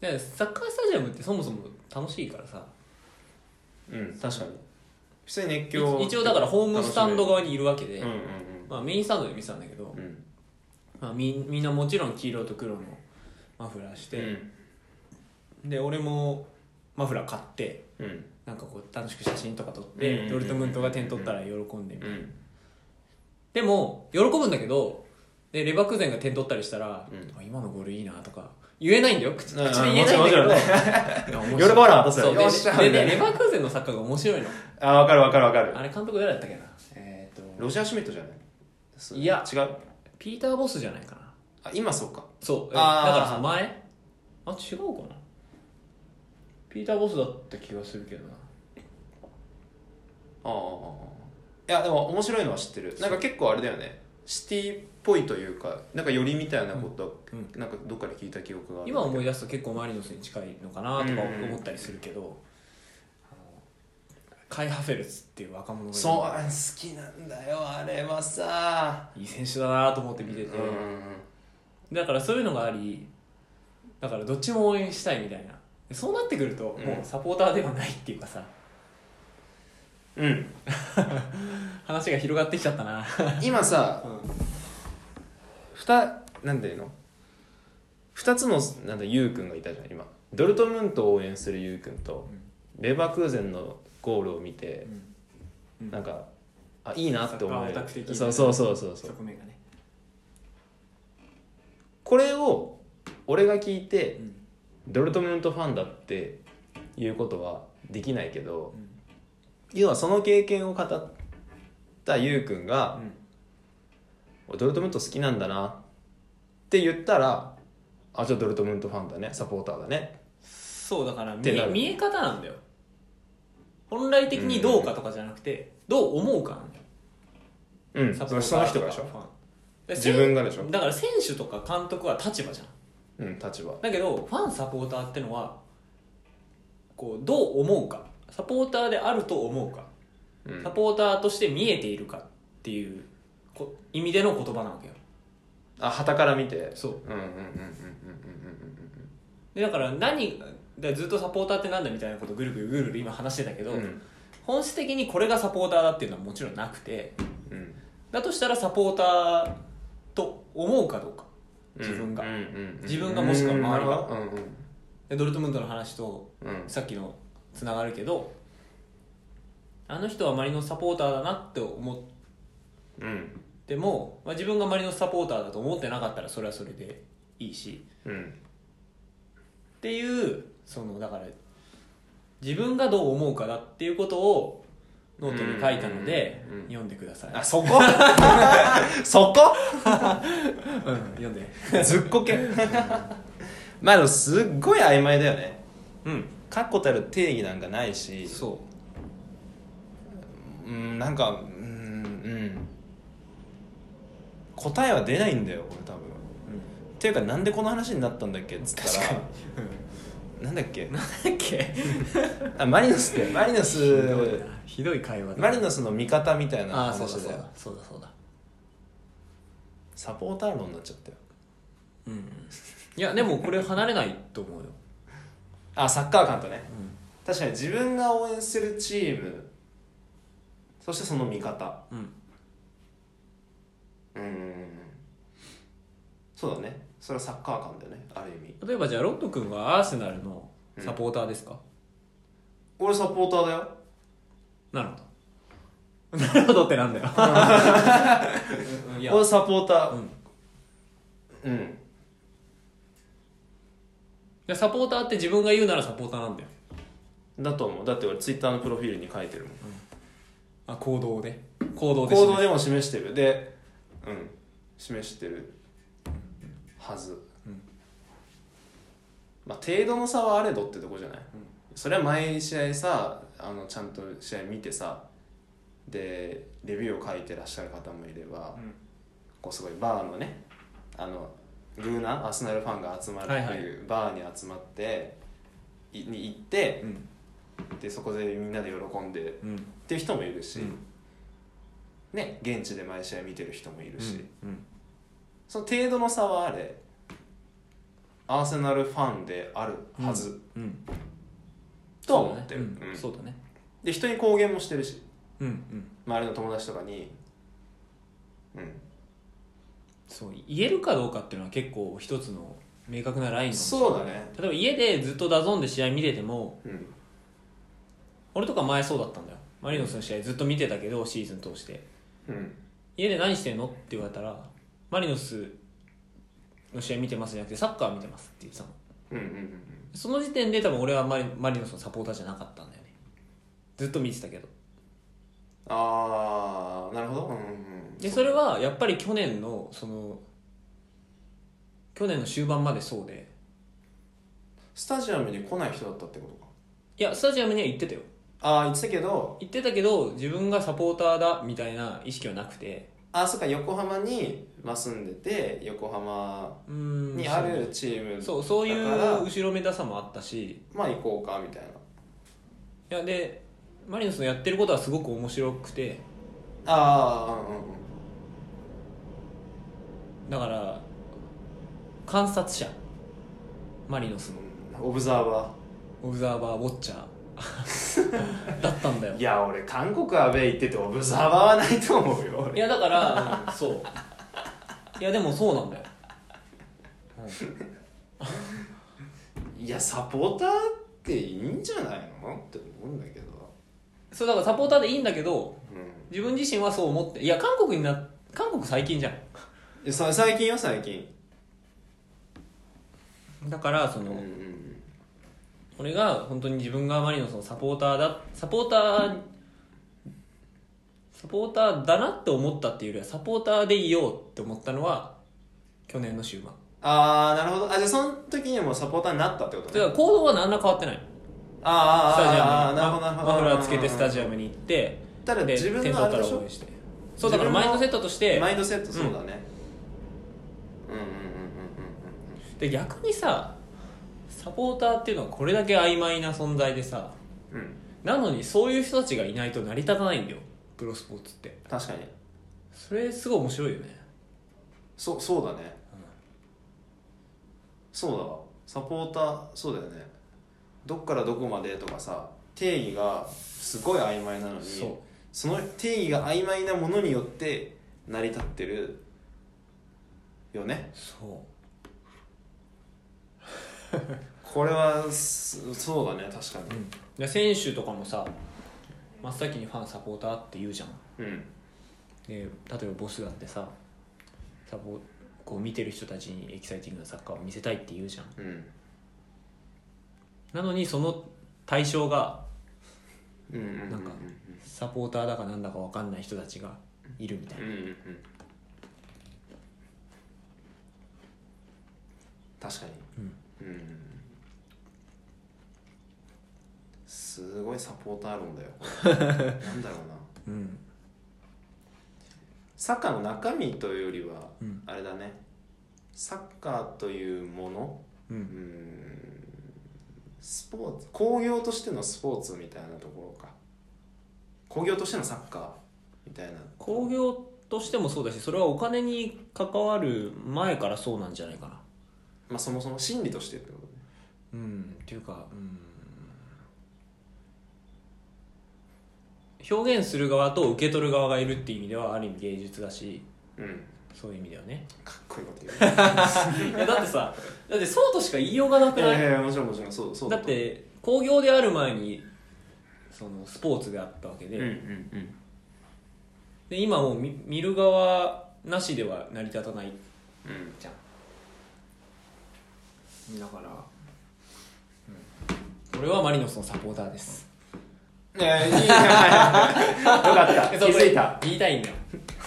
でサッカースタジアムってそもそも楽しいからさうん確かに普通に熱一狂一応だからホームスタンドが側にいるわけで、うんうんまあ、メインスタンドで見てたんだけどうんう、んまあ、みみんなもちろん黄色と黒のマフラーして、で俺もマフラー買ってうんうんなんかこう楽しく写真とか撮っうんうんてうんドルトムントが点取ったら喜んでみたういなんでも喜ぶんだけどでレバクゼンが点取ったりしたら、うんあ今のゴールいいなとか言えないんだよ口口うんうんで言えないんだけど、もちいや面喜ば白ないかったっすよそうよっしゃでででねレバクゼンのサッカーが面白いのあわかるわかるわかるあれ監督誰だったっけなえっ、ロジャー・シュミットじゃないいや違うとピーター・ボスじゃないかなあ今そうかそうえだあーからさ前あ違うかなピーター・ボスだった気がするけどなああいやでも面白いのは知ってるなんか結構あれだよねシティっぽいというかなんか寄りみたいなこと、うんなんかどっかで聞いた記憶がある今思い出すと結構マリノスに近いのかなとかうん思ったりするけど、あのカイ・ハフェルツっていう若者がいるそうあ好きなんだよあれはさいい選手だなと思って見てうんて、だからそういうのがありだからどっちも応援したいみたいなでそうなってくるとうんもうサポーターではないっていうかさうん話が広がってきちゃったな今さうんふたなんていうの2つのなんだユウくんがいたじゃん今ドルトムントを応援するユウくんとレバークーゼンのゴールを見て *laughs* うんなんかあいいなって思えサッカーオタク的るそうそうそうそうそう側面がね、これを俺が聞いてうんドルトムントファンだっていうことはできないけどうん要はその経験を語ったユウくんが「ドルトムント好きなんだな」って言ったら「あじゃあドルトムントファンだねサポーターだねそうだからて見なえる見え方なんだよ本来的にどうかとかじゃなくて、どう思うかなんだよ」うんサそのポーターその人がでしょファン自分がでしょだから選手とか監督は立場じゃんうん立場だけどファンサポーターってのはこうどう思うかサポーターであると思うかうんサポーターとして見えているかっていうこ意味での言葉なわけよあ旗から見てそううんうんうんうんうんうんでだから何だからずっとサポーターってなんだみたいなことをぐるぐるぐるぐる今話してたけど、うんうんうん本質的にこれがサポーターだっていうのはもちろんなくてうんだとしたらサポーターと思うかどうか自分が、うんうんうん自分がもしくは周りがうんうんでドルトムントの話とうんさっきのつながるけどあの人はマリノスサポーターだなって思っうんても、まあ、自分がマリノスサポーターだと思ってなかったらそれはそれでいいしうんっていうそのだから自分がどう思うかだっていうことをノートに書いたのでうんうんうん読んでください、あそこ *laughs* そこうん、読んでずっこけまあでもすっごい曖昧だよねうん確固たる定義なんかないしそうんなんかうんうん答えは出ないんだよ俺多分う、っていうかなんでこの話になったんだっけっつったらなんだっけなんだっけあマリノスってマリノスひどい会話だマリノスの味方みたいなああそうだ話そうだよだそうだそうだサポーター論になっちゃったようんうんいやでもこれ離れないと思うよ、あサッカー感とねうん確かに自分が応援するチームそしてその味方うん、うんそうだねそれはサッカー感だよねある意味例えばじゃあロッド君はアーセナルのサポーターですか、俺サポーターだよなるほどなるほどってなんだよ *laughs* いや俺サポータうーんうんでサポーターって自分が言うならサポーターなんだよだと思うだって俺ツイッターのプロフィールに書いてるもんあ行動で行動で行示動すでも示してるでうん示してるはず、うんまあ程度の差はあれどってとこじゃない、それは毎試合さあのちゃんと試合見てさでレビューを書いてらっしゃる方もいれば、うんこうすごいバーのねあのグーナアスナルファンが集まるっていう、はいはバーに集まっていに行ってうんでそこでみんなで喜んでうんっていう人もいるし、うんね、現地で毎試合見てる人もいるし、うんその程度の差はあれアーセナルファンであるはず、うんとは思ってる、うんうんそうだねで人に公言もしてるしうんうん周りの友達とかにうんそう言えるかどうかっていうのは結構一つの明確なラインのそうだね例えば家でずっとダゾーンで試合見ててもうん俺とか前そうだったんだよマリノスの試合ずっと見てたけどシーズン通してうん家で何してんのって言われたらマリノスの試合見てますじゃなくてサッカー見てますって言ってたのうんうんその時点で多分俺はマリマリノスのサポーターじゃなかったんだよねずっと見てたけどああなるほどうんうんうんでそれはやっぱり去年のその去年の終盤までそうでスタジアムに来ない人だったってことかいやスタジアムには行ってたよああ言ってたけど行ってたけど自分がサポーターだみたいな意識はなくてあそっか横浜にまあ住んでて横浜うーんにあるチームだからそうそういう後ろめたさもあったしまあ行こうかみたいないやでマリノスのやってることはすごく面白くてああうんうんうんだから観察者マリノスのオブザーバオブザーバーウォッチャー *laughs* だったんだよーいや俺韓国アウェイ行っててオブザーバーはないと思うよい俺やだから、うんそういやでもそうなんだよ、いやサポーターっていいんじゃないのって思うんだけどそうだからサポーターでいいんだけどうん自分自身はそう思っていや韓国にな韓国最近じゃえさ最近よ最近んだからそうんの、うんうん俺が本当に自分がマリノスのサポーターだサポーターサポーターだなって思ったっていうよりはサポーターでいようって思ったのは去年の終盤ああなるほどあじゃあその時にはもうサポーターになったってことだからね行動は何ら変わってないスタジあーあーあーあーアムになるほどなるほどマフラーつけてスタジアアムに行ってただで自分店のあ頭れでからしょ応援してそうだから自マ分のインドセットとしてマインドセットそうだねうんうんうんうんうんで逆にさサポーターっていうのはこれだけ曖昧な存在でさうんうんうんなのにそういう人たちがいないと成り立たないんだよプロスポーツって確かにそれすごい面白いよねそそうだね、そうだわサポーターそうだよねどっからどこまでとかさ定義がすごい曖昧なのにそうその定義が曖昧なものによって成り立ってるよねそこれはすそうだね確かう、で選手とかもさ真っ先にファンサポーターって言うじゃんにうんで例えばボスだってさサポこう見てる人たちにエキサイティングなサッカーを見せたいって言うじゃんうんなのにその対象がうんうんうんなんかサポーターだかなんだか分かんない人たちがいるみたいうんなうんうん確かにうん、すごいサポーター論だ *laughs* よこれなんだろうなうんサッカーの中身というよりは、うんあれだねサッカーというものううんんスポーツ工業としてのスポーツみたいなところか工業としてのサッカーみたいな工業としてもそうだしそれはお金に関わる前からそうなんじゃないかなまあそもそも心理としてってことねうんっていうかうん表現する側と受け取る側がいるっていう意味ではある意味芸術だしうんそういう意味だよ *laughs* ねかっこいいこと言ういやだってさだってそうとしか言いようがなくいない、やいやいやもちろんもちろんそうそうだっとて工業である前にそのスポーツであったわけで,、うんうんうんで今もう見見る側なしでは成り立たないうんじゃんだから、うん、俺はマリノスのサポーターですいや *laughs* いいよかったえ気そうづいたこれ言いた *laughs* いんだよ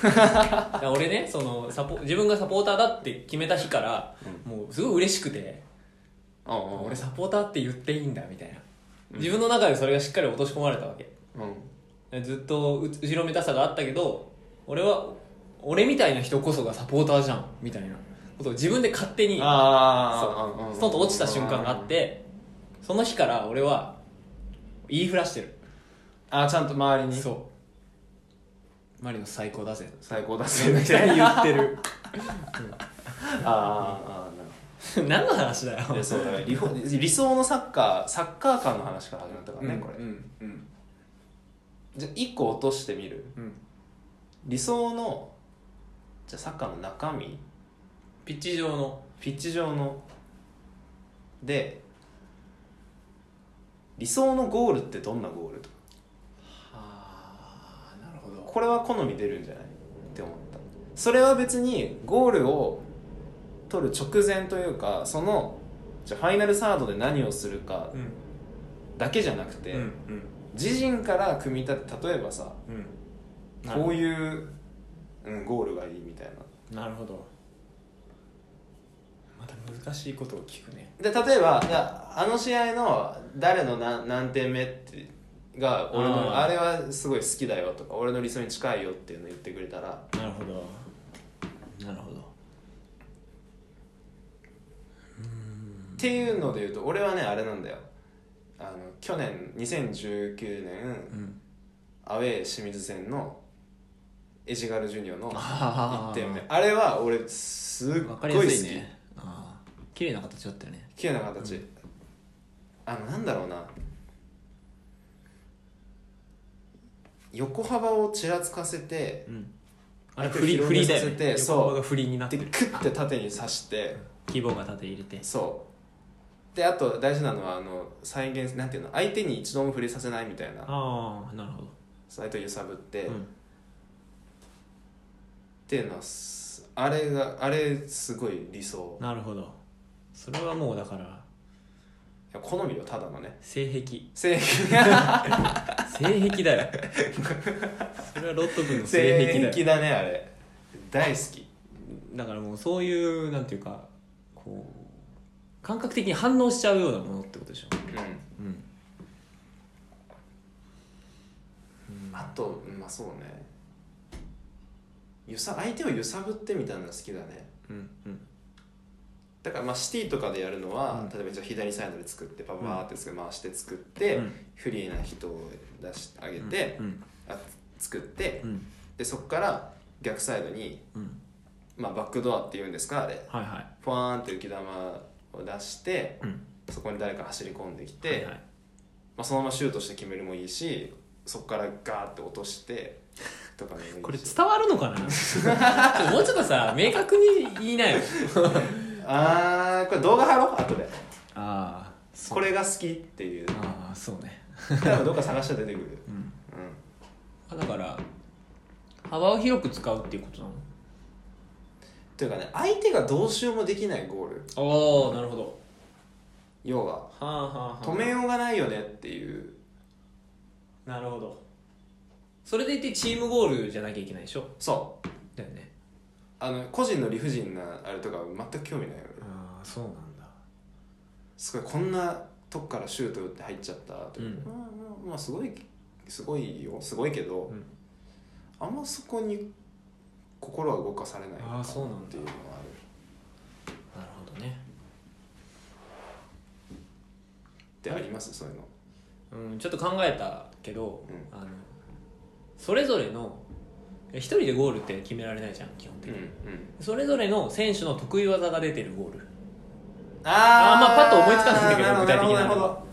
だから俺ねそのサポ自分がサポーターだって決めた日から、もうすごい嬉しくてああ俺サポーターって言っていいんだみたいな自分の中でそれがしっかり落とし込まれたわけうずっとう後ろめたさがあったけど俺は俺みたいな人こそがサポーターじゃんみたいなことを自分で勝手にん、スああトンと落ちた瞬間があってその日から俺は言いふらしてるあーちゃんと周りにそうマリノス最高だぜ *laughs* 最高だぜって言って *laughs* るあーあーなる何の話だよほどでそうだ理想理想のサッカーサッカー観の話から始まったからね、これうんうんじゃあ一個落としてみるうん理想のじゃあサッカーの中身ピッチ上のピッチ上ので理想のゴールってどんなゴールとかああなるほこれは好み出るんじゃないって思ったそれは別にゴールを取る直前というかそのじゃあファイナルサードで何をするかうんだけじゃなくて、うん自陣から組み立て例えばさうんうんこういう、うん、ゴールがいいみたいななるほどまた難しいことを聞くねで例えばいやあの試合の誰の何何点目ってが俺のあーあれはすごい好きだよとか俺の理想に近いよっていうの言ってくれたらなるほどなるほどっていうので言うと俺はねあれなんだよあの去年2019年、んアウェー清水戦のエジガルジュニオの1あー点目あれは俺すっわごかいり好やきすいねああ綺麗な形だったよね綺麗な形、あのなんだろうな横幅をちらつかせてうんああれれフリーフリーだよ、広げね、させてそう横幅がフリーになってでるクッて縦に刺して規模が縦入れてそうであと大事なのはあの再現なんていうの相手に一度も触れさせないみたいなああなるほど相手を揺さぶって、うっんていうのはすあれがあれすごい理想なるほどそれはもうだからいや好みよただの *laughs* ね性癖性性癖だよそれはロット君の性癖だ性よ癖だねあれ大好きだからもうそういうなんていうかこう感覚的に反応しちゃうようなものってことでしょううんんあとまあそうね揺さ相手を揺さぶってみたいなの好きだねうんうんだからまあシティとかでやるのは、うん例えばじゃあ左サイドで作ってパパーって作って回して作って、うんフリーな人を出し上げて、うんあ作って、うんでそこから逆サイドに、うんまあ、バックドアっていうんですかあれはいはいフワーンって浮き玉を出してうんそこに誰か走り込んできて、はいはいまあ、そのままシュートして決めるもいいしそこからガーって落としてとかもいいしこれ伝わるのかなちょっともうちょっとさ明確に言いなよあーこれ動画貼ろう後でああそうこれが好きっていうああそうね多分どっか探したら出てくるうんうんあだから幅を広く使うっていうことなのというかね相手がどうしようもできないゴールああなるほど要ははあはあはあ止めようがないよねっていうなるほどそれでいてチームゴールじゃなきゃいけないでしょそうだよねあの個人の理不尽なあれとか全く興味ないよねああそうなんだすごいこんなとこからシュート打って入っちゃったとか、うんまあまあまあすごいすごいよすごいけど、うんあんまそこに心は動かされないあーそうなんだっていうのはあるなるほどねってありますそういうのうんちょっと考えたけど、うあのそれぞれのえ一人でゴールって決められないじゃん基本的うんに、うんそれぞれの選手の得意技が出てるゴールああーまあパッと思いつかないんだけど具体的なのるほ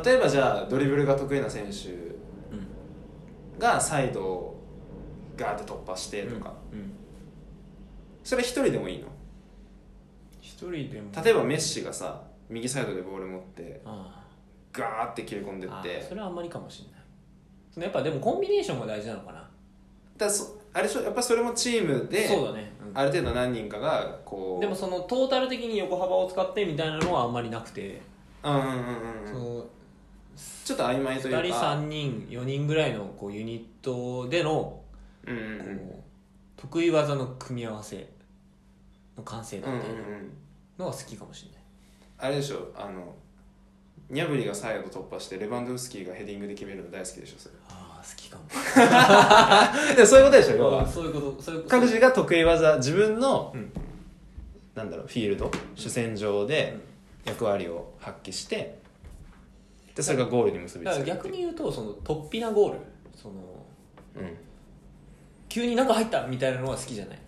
ど例えばじゃあドリブルが得意な選手うんがサイドをガーッて突破してとか、うんそれ一人でもいいの一人でも例えばメッシがさ右サイドでボール持ってあガーッて切れ込んでっあああてそれはあんまりかもしれないそのやっぱでもコンビネーションが大事なのかなだそあれでしょやっぱそれもチームでそうだね、うんある程度何人かがこうでもそのトータル的に横幅を使ってみたいなのはあんまりなくて、うんうんうんそうんのちょっと曖昧というか2人3人4人ぐらいのこうユニットでのうんうんうんこう得意技の組み合わせの完成度うんうんうみたいなんのが好きかもしれない、あれでしょあのニャブリがサイド突破してレバンドフスキーがヘディングで決めるの大好きでしょそああ好きかもれで *laughs* もそういうことでしょ要はそういうことそういうこと各自が得意技自分の、うんなんだろうフィールド主戦場でうん役割を発揮してでそれがゴールに結びつくだっかていらう逆に言うとその突飛なゴールそのうん急に中入ったみたいなのは好きじゃない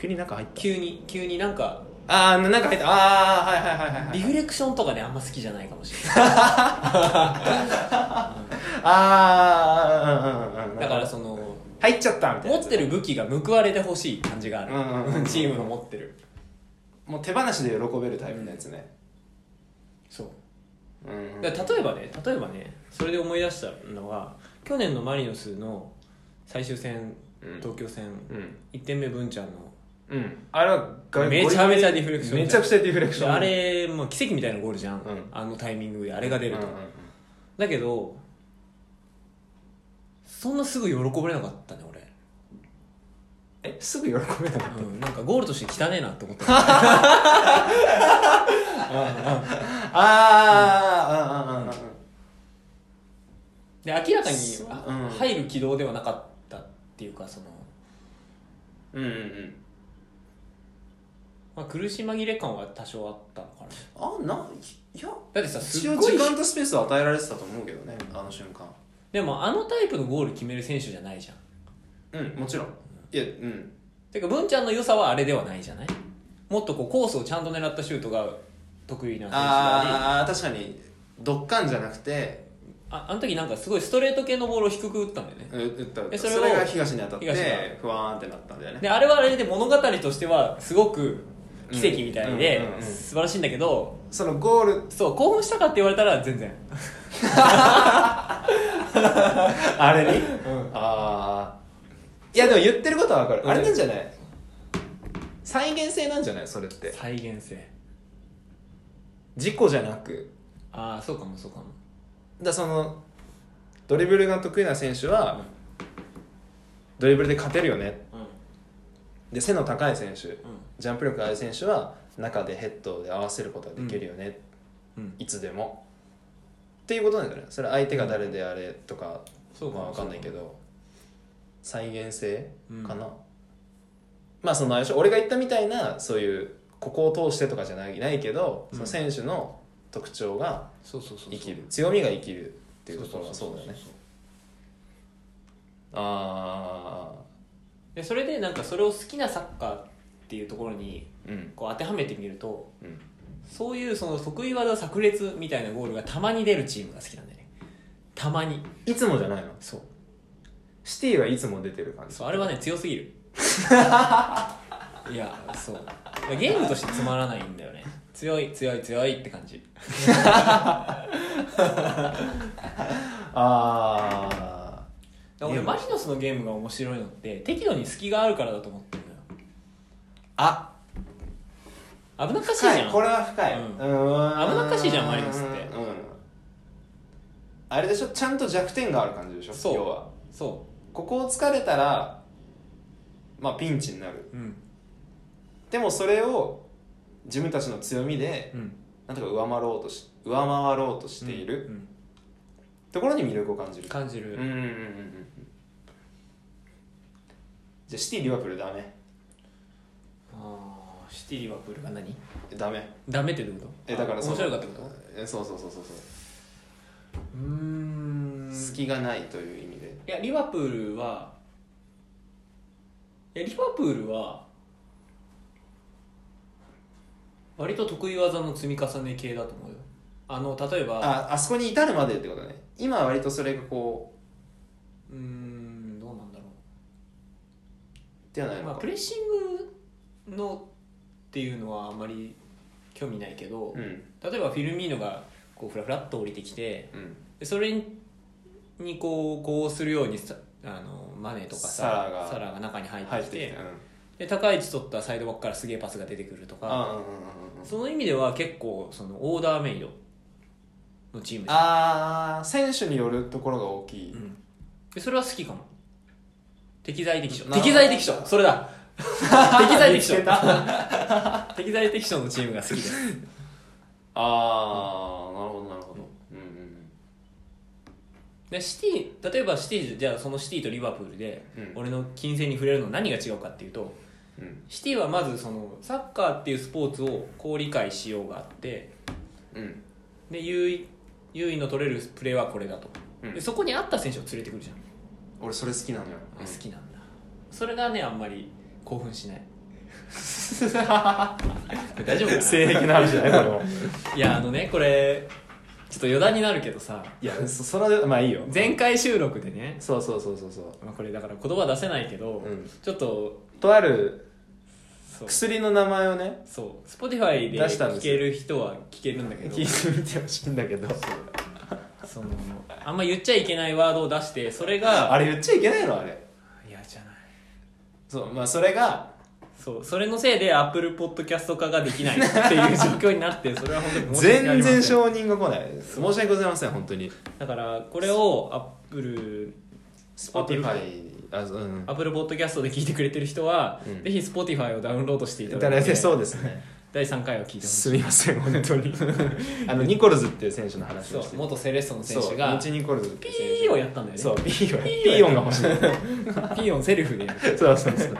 急に中入った急に急になんかああ中入ったああはいはいはいはい、はい、リフレクションとかねあんま好きじゃないかもしれないああうんうんうんうんだからその入っちゃったみたいな持ってる武器が報われてほしい感じがある、うんうんうんチームの持ってるもう手放しで喜べるタイプのやつね、そううんうんだから例えばね例えばねそれで思い出したのが去年のマリノスの最終戦うん東京戦、うん1点目文ちゃんのうんあれは外めちゃめちゃディフレクションめちゃくちゃディフレクションあれもう奇跡みたいなゴールじゃん、うんあのタイミングであれが出ると、うんうんうんだけどそんなすぐ喜べなかったねえすぐ喜べたの俺、うん、なんかゴールとして汚ねえなって思った *laughs* あーあーあーあーあで明らかにそうあうん入る軌道ではなかったっていうかその、ーうんうんうんまあ、苦し紛れ感は多少あったのかなあないいやだってさ一すっ応ごい時間とスペースは与えられてたと思うけどねあの瞬間でもあのタイプのゴール決める選手じゃないじゃんうんもちろんいやうんてか文ちゃんの良さはあれではないじゃないもっとこうコースをちゃんと狙ったシュートが得意な選手でありああ確かにドッカンじゃなくてああの時なんかすごいストレート系のボールを低く打ったんだよねう打った打ったえそそれれをが東に当たっ東がてふわーんってなったんだよねであれはあれで物語としてはすごく奇跡みたいでうんうんうんうん素晴らしいんだけどそのゴールそう興奮したかって言われたら *laughs* 全然あれに、んああいやでも言ってることは分かる、うんあれなんじゃない再現性なんじゃないそれって再現性事故じゃなくああそうかもそうかもだそのドリブルが得意な選手は、ドリブルで勝てるよねうんで背の高い選手、んジャンプ力がある選手は中でヘッドで合わせることができるよね、うんいつでもっていうことなんじゃないそれ相手が誰であれとかそうかまあも分かんないけど再現性かな、うまあそのあれでしょ俺が言ったみたいなそういうここを通してとかじゃないないけど、うんその選手の特徴がそうそうそう生きる強みが生きるっていうところがそうだよねあでそれでなんかそれを好きなサッカーっていうところにあうんこう当てはめてみるとうんそういうその得意技炸裂みたいなゴールがたまに出るチームが好きなんだよねたまにいつもじゃないのそうシティはいつも出てる感じそうあれはね強すぎ *laughs* るいやそうゲームとしてつまらないんだよね強い強い強いって感じあだからい俺やマリノスのゲームが面白いのって適度に隙があるからだと思ってるのよあ危なっかしいじゃん、これは深い、うんうーん危なっかしいじゃんマリノスってうんあれでしょちゃんと弱点がある感じでしょそう要はそここを疲れたらまあピンチになるううんでもそれを自分たちの強みでうんなんとか上回ろうとし上回ろうとしているうんところに魅力を感じる感じる、うんうんうんうんうんじゃあシティリバプールダメあーシティリバプールが何ダメダメってどういうことえだからそ面の白かったってことえそうそうそうそうそううーん隙がないという意味でいやリバプールはいやリバプールは割と得意技の積み重ね系だと思うよあの例えばああそこに至るまでってことね今は割とそれがこうーんどうなんだろ、うではないうのまあ、か、プレッシングのっていうのはあんまり興味ないけどうん例えばフィルミーノがこうフラフラっと降りてきてうんでそれにこうこうするようにさあのマネとかさサラがサラが中に入入っっててききててうんで高い位置取ったサイドバックからすげえパスが出てくるとかあうんうんうんうんその意味では結構そのオーダーメイドのチームで,、あー選手によるところが大きい、うん、でそれは好きかも適材適所なるほど適材適所そ *laughs* れだ適材適所見つけた *laughs* 適材適所のチームが好きですああなるほどなるほどうんうんでシティ例えばシティじゃあそのシティとリバプールでうん俺の金銭に触れるの何が違うかっていうとうんシティはまずそのサッカーっていうスポーツをこう理解しようがあってうんで優位優位の取れるプレーはこれだと、うんでそこに合った選手を連れてくるじゃん俺それ好きなのよあ好きなんだそれがねあんまり興 *laughs* 奮しない大丈夫か性癖の話じゃないこれ *laughs* もないやあのねこれちょっと余談になるけどさいやそそれはまあいいよ前回収録でね、そうそうそうそうそうまあ、これだから言葉出せないけど、うんちょっととあるそう薬の名前をねそうスポティファイで出したん聞ですけよる人は聞けるんだけど聞いてみてほしいんだけどそのあんま言っちゃいけないワードを出してそれがあれ言っちゃいけないのあれいやじゃないそうまあそれがそうそれのせいでアップルポッドキャスト化ができないって *laughs* いう状況になってそれは本当に申し訳あ全りません然承認が来ない申し訳ございません本当にだからこれをアップル Spotify あうんアップルポッドキャストで聞いてくれてる人は、うんぜひ Spotify をダウンロードしていただだいいたていそうですね第3回を聞いてほしすみません本当 *laughs* にあのニコルズっていう選手のい話そをしうて元セレッソの選そう手がミチニコルズってピいう選手ーをやったんだよねそうピーをピーをピー音が *laughs* 欲しいピー音セルフでやるそうそうそう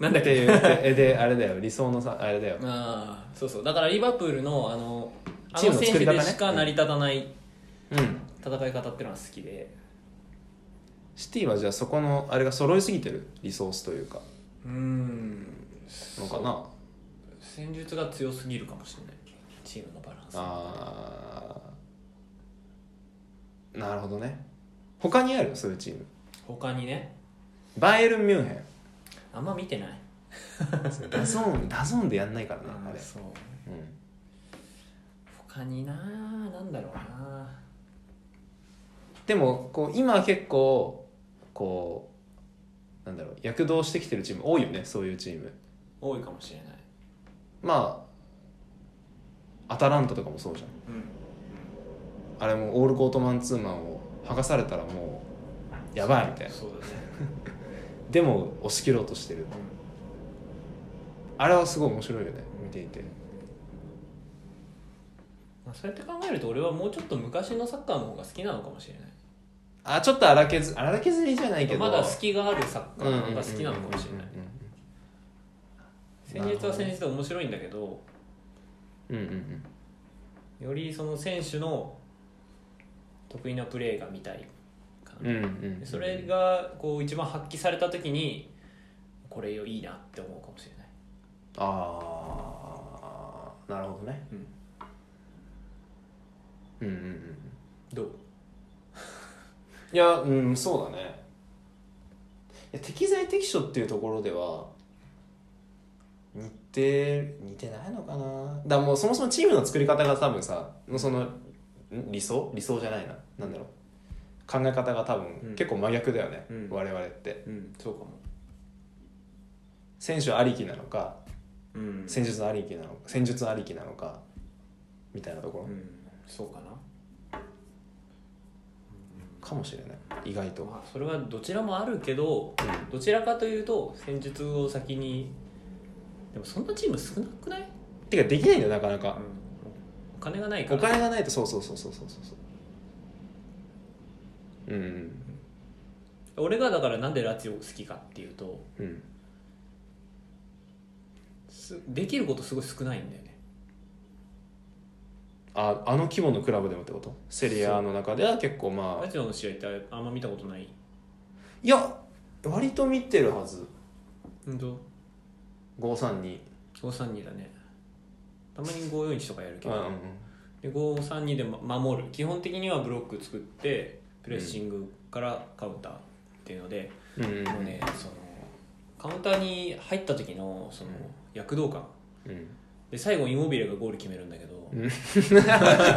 なんだっっけていうでであれだよ理想のさあれだよあーそうそうだからリバプールのあのあチーのムの選作り手方ねでしか成り立たないうん戦い方っていうのは好きでシティはじゃあそこのあれが揃いすぎてるリソースというかうーんのかな戦術が強すぎるかもしれないチームのバランスあーなるほどね他にあるそういうチーム他にねバイエルン・ミュンヘンあんま見てないダゾーンダゾーンでやんないからねあれ、そううん、他にななんだろうなでもこう今結構こうなんだろう躍動してきてるチーム多いよねそういうチーム多いかもしれないまあアタランタとかもそうじゃんうんあれもオールコートマンツーマンを剥がされたらもうやばいみたいなそうだねでも押し切ろうとしてるあれはすごい面白いよね見ていてまあそうやって考えると俺はもうちょっと昔のサッカーの方が好きなのかもしれないあちょっと荒削荒削りじゃないけどまだ隙があるサッカーの方が好きなのかもしれないうんうんうんうん戦術は戦術で面白いんだけどうんうんうんよりその選手の得意なプレーが見たいかな、うんうんうんそれがこう一番発揮された時にこれよいいなって思うかもしれない、ああなるほどねうん、うんうんうんどういやうんそうだねいや適材適所っていうところでは似て似てないのかなだからもうそもそもチームの作り方が多分さもうそのん理想理想じゃないななんだろう考え方が多う分ん結構真逆だよね、うん我々ってうんそうかも、選手ありきなのかうん戦術ありきなのか戦術ありきなのかみたいなところ、うん、そうかなかもしれない意外と、まあ、それはどちらもあるけどどちらかというと戦術を先にでもそんなチーム少なくない、てかできないんだよなかなうか、お金がないかおら金がないとそうそうそうそうそうそううん俺がだからなんでラチオ好きかっていうとうんすできることすごい少ないんだよねああの規模のクラブでもってことセリアの中では結構まあラチオの試合ってあんま見たことないいや割と見てるはず本当532 532だねたまに541とかやるけうんうんど、で532でま守る基本的にはブロック作ってプレッシングからカウンターっていうので、うんうんもうねそのカウンターに入った時のその躍動感うん *laughs* で最後インモビレがゴール決めるんだけど、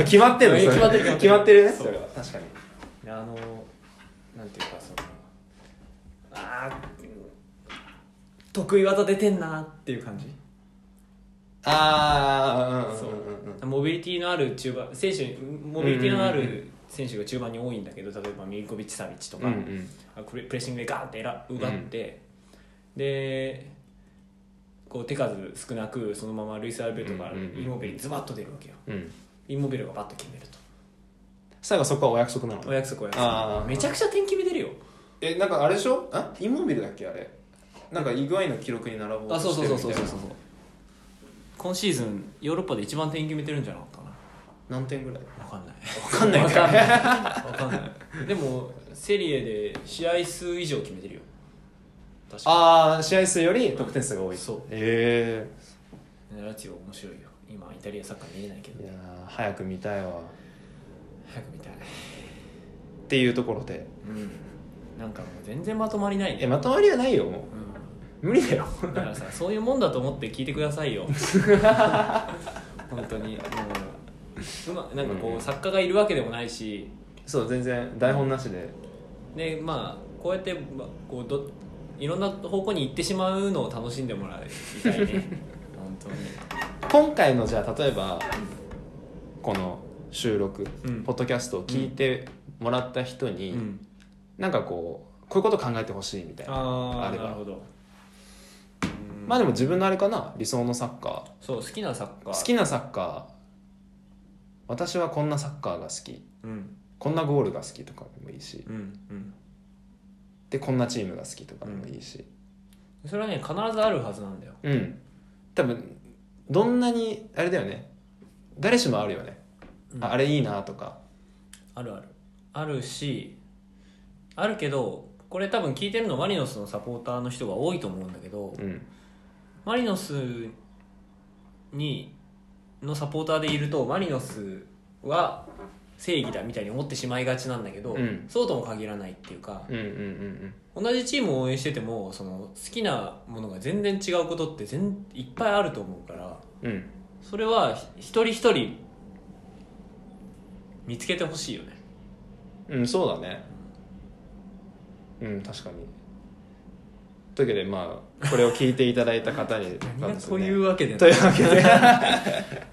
決まってるのそれ決まってる決まってるねそうそれは確かにであのなんていうかそのあー得意技出てんなっていう感じああそううんうんうんモビリティのある中盤選手モビリティのある選手が中盤に多いんだけど例えばミリコビッチ・サビッチとか、うんうんあこれプレッシングでガーンってえら奪って、でこう手数少なくそのままルイス・アルベルトがうんうんうんインモビレにズバッと出るわけようんインモビレがバッと決めると最後そこはお約束なのお約束お約あー束めちゃくちゃ点決めてるよえなんかあれでしょあインモビルだっけあれなんかイグアイの記録に並ぼうとあそうしてそうるそみうたそいうなそうそう今シーズンヨーロッパで一番点決めてるんじゃなかったか何点ぐらいな分かんないわかんないわかかん *laughs* らないわかんない *laughs* でもセリエで試合数以上決めてるよ確かああ試合数より得点数が多いそうえにラチオ面白いよ今イタリアサッカー見れないけえどいやー早く見たいわ早く見たいっていうところでうんなんかもう全然まとまりないえね、まとまりはないよもうう無理だよ *laughs* ん、だからさそういうもんだと思って聞いてください *laughs* よ本当にもううまなんかこう作家がいるわけでもないしそう全然台本なしででまあこうやって、まあ、こうどいろんな方向に行ってしまうのを楽しんでもらいたいね *laughs* 本当に今回のじゃあ例えばこの収録、うんポッドキャストを聞いてもらった人に、うんなんかこうこういうこと考えてほしいみたいなあああればなるほどまあでも自分のあれかな理想のサッカそう好きなサッカーー好きなサッカー私はこんなサッカーが好きうんこんなゴールが好きとかでもいいしうんうんでこんなチームが好きとかでもいいし、それはね必ずあるはずなんだようん多分どんなにあれだよね誰しもあるよね、うんああれいいなとかあるあるあるしあるけどこれ多分聞いてるのマリノスのサポーターの人が多いと思うんだけどうんマリノスにのサポーターでいるとマリノスは正義だみたいに思ってしまいがちなんだけど、うんそうとも限らないっていうかうんうんうん同じチームを応援しててもその好きなものが全然違うことって全いっぱいあると思うからうんうんそれはひ一人一人見つけてほしいよねうんそうだねうん確かにというわけでまあこれを聞いていただいた方に *laughs* なんですとよねいうわけでというわけで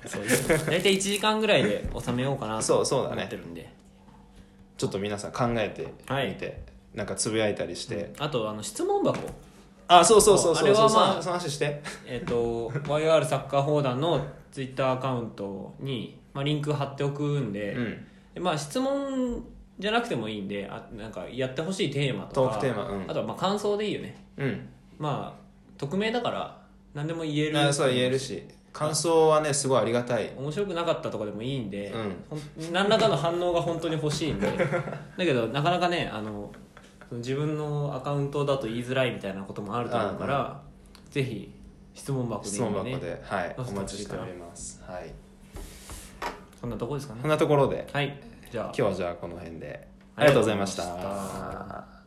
そうです大体1時間ぐらいで収めようかなそとうそう思だねってるんで、ちょっと皆さん考えてはいみて、なんかつぶやいたりして、あとあの質問箱あそうそうそうそそううあれはそうまあその話してえ *laughs* っ、と YR サッカー砲弾のツイッターアカウントに、まあ、リンク貼っておくんで、うんでまあ、質問じゃなくてもいいんであなんかやってほしいテーマトとかークテーマうんあとはまあ感想でいいよねうんまあ匿名だから何でも言えるあそう言えるし感想はねすごいありがたい面白くなかったとかでもいいんで、うんほん何らかの反応が本当に欲しいんでだけどなかなかねあのその自分のアカウントだと言いづらいみたいなこともあると思うから、ぜひ質問箱でいい質んで、ね、問箱で、はい、おどうぞ待ちしております、はい、そんなとこですかねこんなところではいじゃあ今日はじゃあこの辺であありりがとがとううごござざいいままししたた。